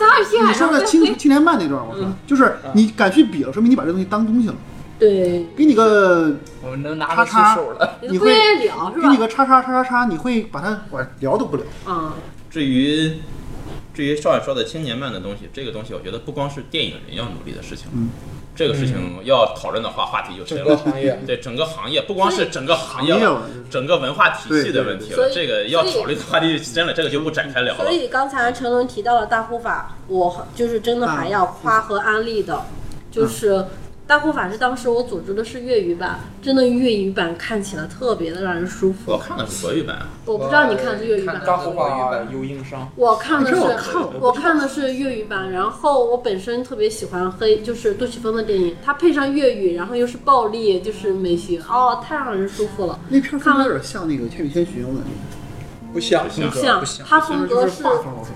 Speaker 7: 号西海
Speaker 2: 啊
Speaker 3: 你说
Speaker 7: 城
Speaker 3: 的
Speaker 2: 哎
Speaker 3: 青青年漫那段，
Speaker 2: 嗯
Speaker 3: 我操，就是你敢去比了，说明你把这东西当东西了。
Speaker 2: 对，
Speaker 3: 给你个，
Speaker 4: 我们能拿
Speaker 3: 叉
Speaker 4: 得出
Speaker 3: 叉
Speaker 4: 手了。
Speaker 2: 你
Speaker 3: 你
Speaker 2: 都不
Speaker 3: 会
Speaker 2: 愿意聊是
Speaker 3: 给你
Speaker 2: 吧？
Speaker 3: 个叉叉叉叉叉，你会把它我聊都不聊。
Speaker 2: 啊，
Speaker 5: 至于至于少爷说的青年漫的东西，这个东西我觉得不光是电影人要努力的事情，
Speaker 3: 嗯
Speaker 5: 这个事情要讨论的话，话题就深
Speaker 6: 整个
Speaker 5: 了。
Speaker 6: 行业，
Speaker 5: 对整个行业，不光是整个行业
Speaker 3: 行业
Speaker 5: 了
Speaker 3: 了就是，
Speaker 5: 整个文化体系的问题
Speaker 2: 对
Speaker 5: 了
Speaker 2: 对，
Speaker 5: 这个
Speaker 2: 所以
Speaker 5: 要考虑的话题就深了，这个就不展开聊
Speaker 2: 所
Speaker 5: 了。
Speaker 2: 以刚才陈伦提到了大护法，我就是真的还
Speaker 3: 啊
Speaker 2: 要夸和安利的，
Speaker 3: 嗯
Speaker 2: 就是大护法是当时我组织的是粤语版，真的粤语版看起来特别的让人舒服。
Speaker 5: 我看的是国语版，啊
Speaker 2: 我不知道你看的是粤语版吗。
Speaker 4: 看到
Speaker 6: 大护法啊有硬伤，
Speaker 2: 我看的
Speaker 3: 哎
Speaker 2: 是
Speaker 3: 这我看了
Speaker 2: 我看的是粤语版，然后我本身特别喜欢黑，就是杜琪峰的电影，它配上粤语，然后又是暴力，就是美学，哦，太让人舒服了。
Speaker 3: 那片儿风格有点像那个《千与千寻》，我感觉。
Speaker 6: 不像
Speaker 5: 不像
Speaker 2: 不像
Speaker 4: 不像
Speaker 2: 它风格
Speaker 3: 就是
Speaker 2: 是
Speaker 3: 画风，我说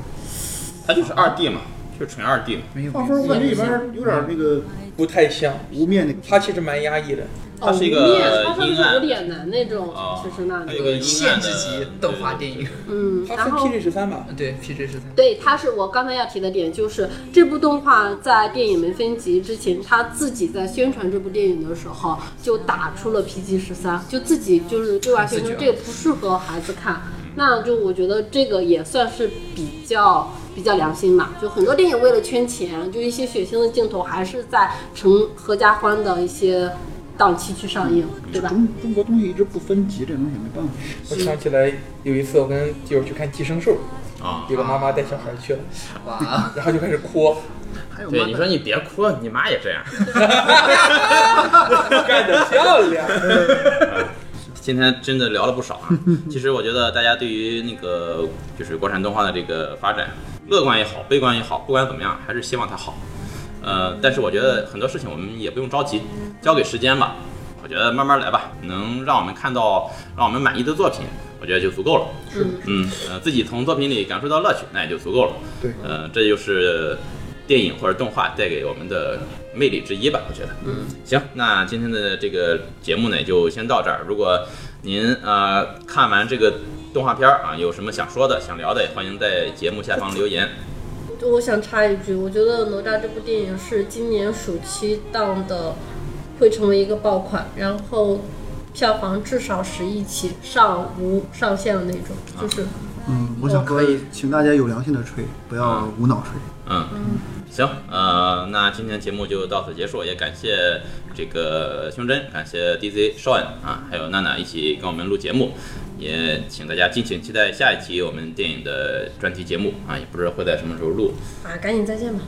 Speaker 5: 它就是二 D 嘛，就是纯二 D 嘛。
Speaker 4: 没有
Speaker 3: 画风我感觉里边儿有点那个
Speaker 6: 不太像，
Speaker 3: 无面那个。
Speaker 6: 他其实蛮压抑的。
Speaker 5: 它是一个
Speaker 2: 哦无面它算
Speaker 5: 阴暗
Speaker 2: 是有点难那种
Speaker 5: 啊，，
Speaker 2: 就是那
Speaker 5: 还
Speaker 2: 里
Speaker 5: 有，个阴
Speaker 4: 限
Speaker 5: 暗
Speaker 4: 制级
Speaker 5: 的
Speaker 4: 动画电影。
Speaker 2: 嗯，
Speaker 6: 他
Speaker 2: 然
Speaker 6: 分
Speaker 2: 后
Speaker 6: PG 十三吧，
Speaker 4: 对 PG 十三，
Speaker 2: 对，它是我刚才要提的点，就是这部动画在电影没分级之前，他自己在宣传这部电影的时候就打出了 PG 十三，就自己就是对外宣
Speaker 4: 自
Speaker 2: 传这
Speaker 4: 觉
Speaker 2: 个不适合孩子看。那就我觉得这个也算是比较比较良心吧，就很多电影为了圈钱，就一些血腥的镜头还是在成合家欢的一些档期去上映，对吧？
Speaker 3: 中中国东西一直不分级，这东西没办法。
Speaker 6: 我想起来有一次我跟基友去看《寄生兽》，
Speaker 5: 啊。
Speaker 6: 有个妈妈带小孩去了，
Speaker 4: 哇，
Speaker 6: 然后就开始哭，
Speaker 3: 还有
Speaker 5: 对，
Speaker 3: 漫
Speaker 5: 你说你别哭，你妈也这样。
Speaker 6: 干得漂亮。
Speaker 5: 今天真的聊了不少
Speaker 2: (laughs)
Speaker 5: 啊。其实我觉得大家对于那个就是国产动画的这个发展，乐观也好，悲观也好，不管怎么样，还是希望它好。呃，但是我觉得很多事情我们也不用着急，交给时间吧。我觉得慢慢来吧，能让我们看到让我们满意的作品，我觉得就足够了。
Speaker 2: 是
Speaker 5: 嗯，呃，自己从作品里感受到乐趣，那也就足够了。
Speaker 3: 对
Speaker 5: 呃，这就是电影或者动画带给我们的魅力之一吧，我觉得。嗯，行，那今天的这个节目呢，就先到这儿。如果您呃看完这个动画片儿啊，有什么想说的、想聊的，也欢迎在节目下方留言。
Speaker 2: 我想插一句，我觉得《哪吒》这部电影是今年暑期档的，会成为一个爆款，然后票房至少十亿起，上无上限的那种，就是
Speaker 3: 嗯，我想说
Speaker 4: 可以，
Speaker 3: 请大家有良心的吹，不要无脑吹。
Speaker 5: 嗯，行，呃，那今天节目就到此结束，也感谢这个胸针，感谢 DZ Sean 啊，还有娜娜一起跟我们录节目，也请大家敬请期待下一期我们电影的专题节目啊，也不知道会在什么时候录。
Speaker 2: 啊，赶紧再见吧。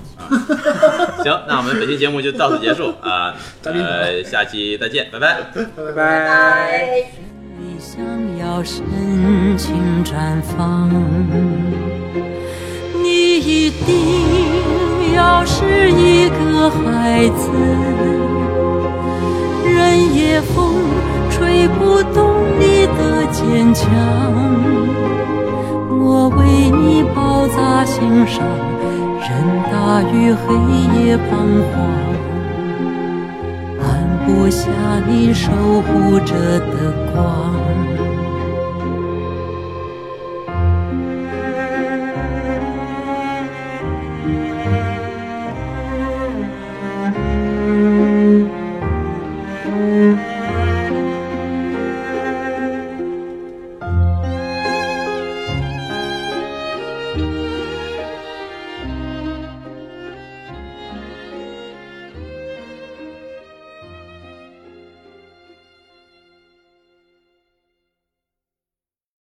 Speaker 5: 行，那我们本期节目就到此结束啊，呃，下期再见，拜拜。
Speaker 6: 拜拜。
Speaker 8: 你想要深情绽放，你一定要是一个孩子，任夜风吹不动你的坚强。我为你包扎心伤，任大雨黑夜彷徨。按不下你守护着的光。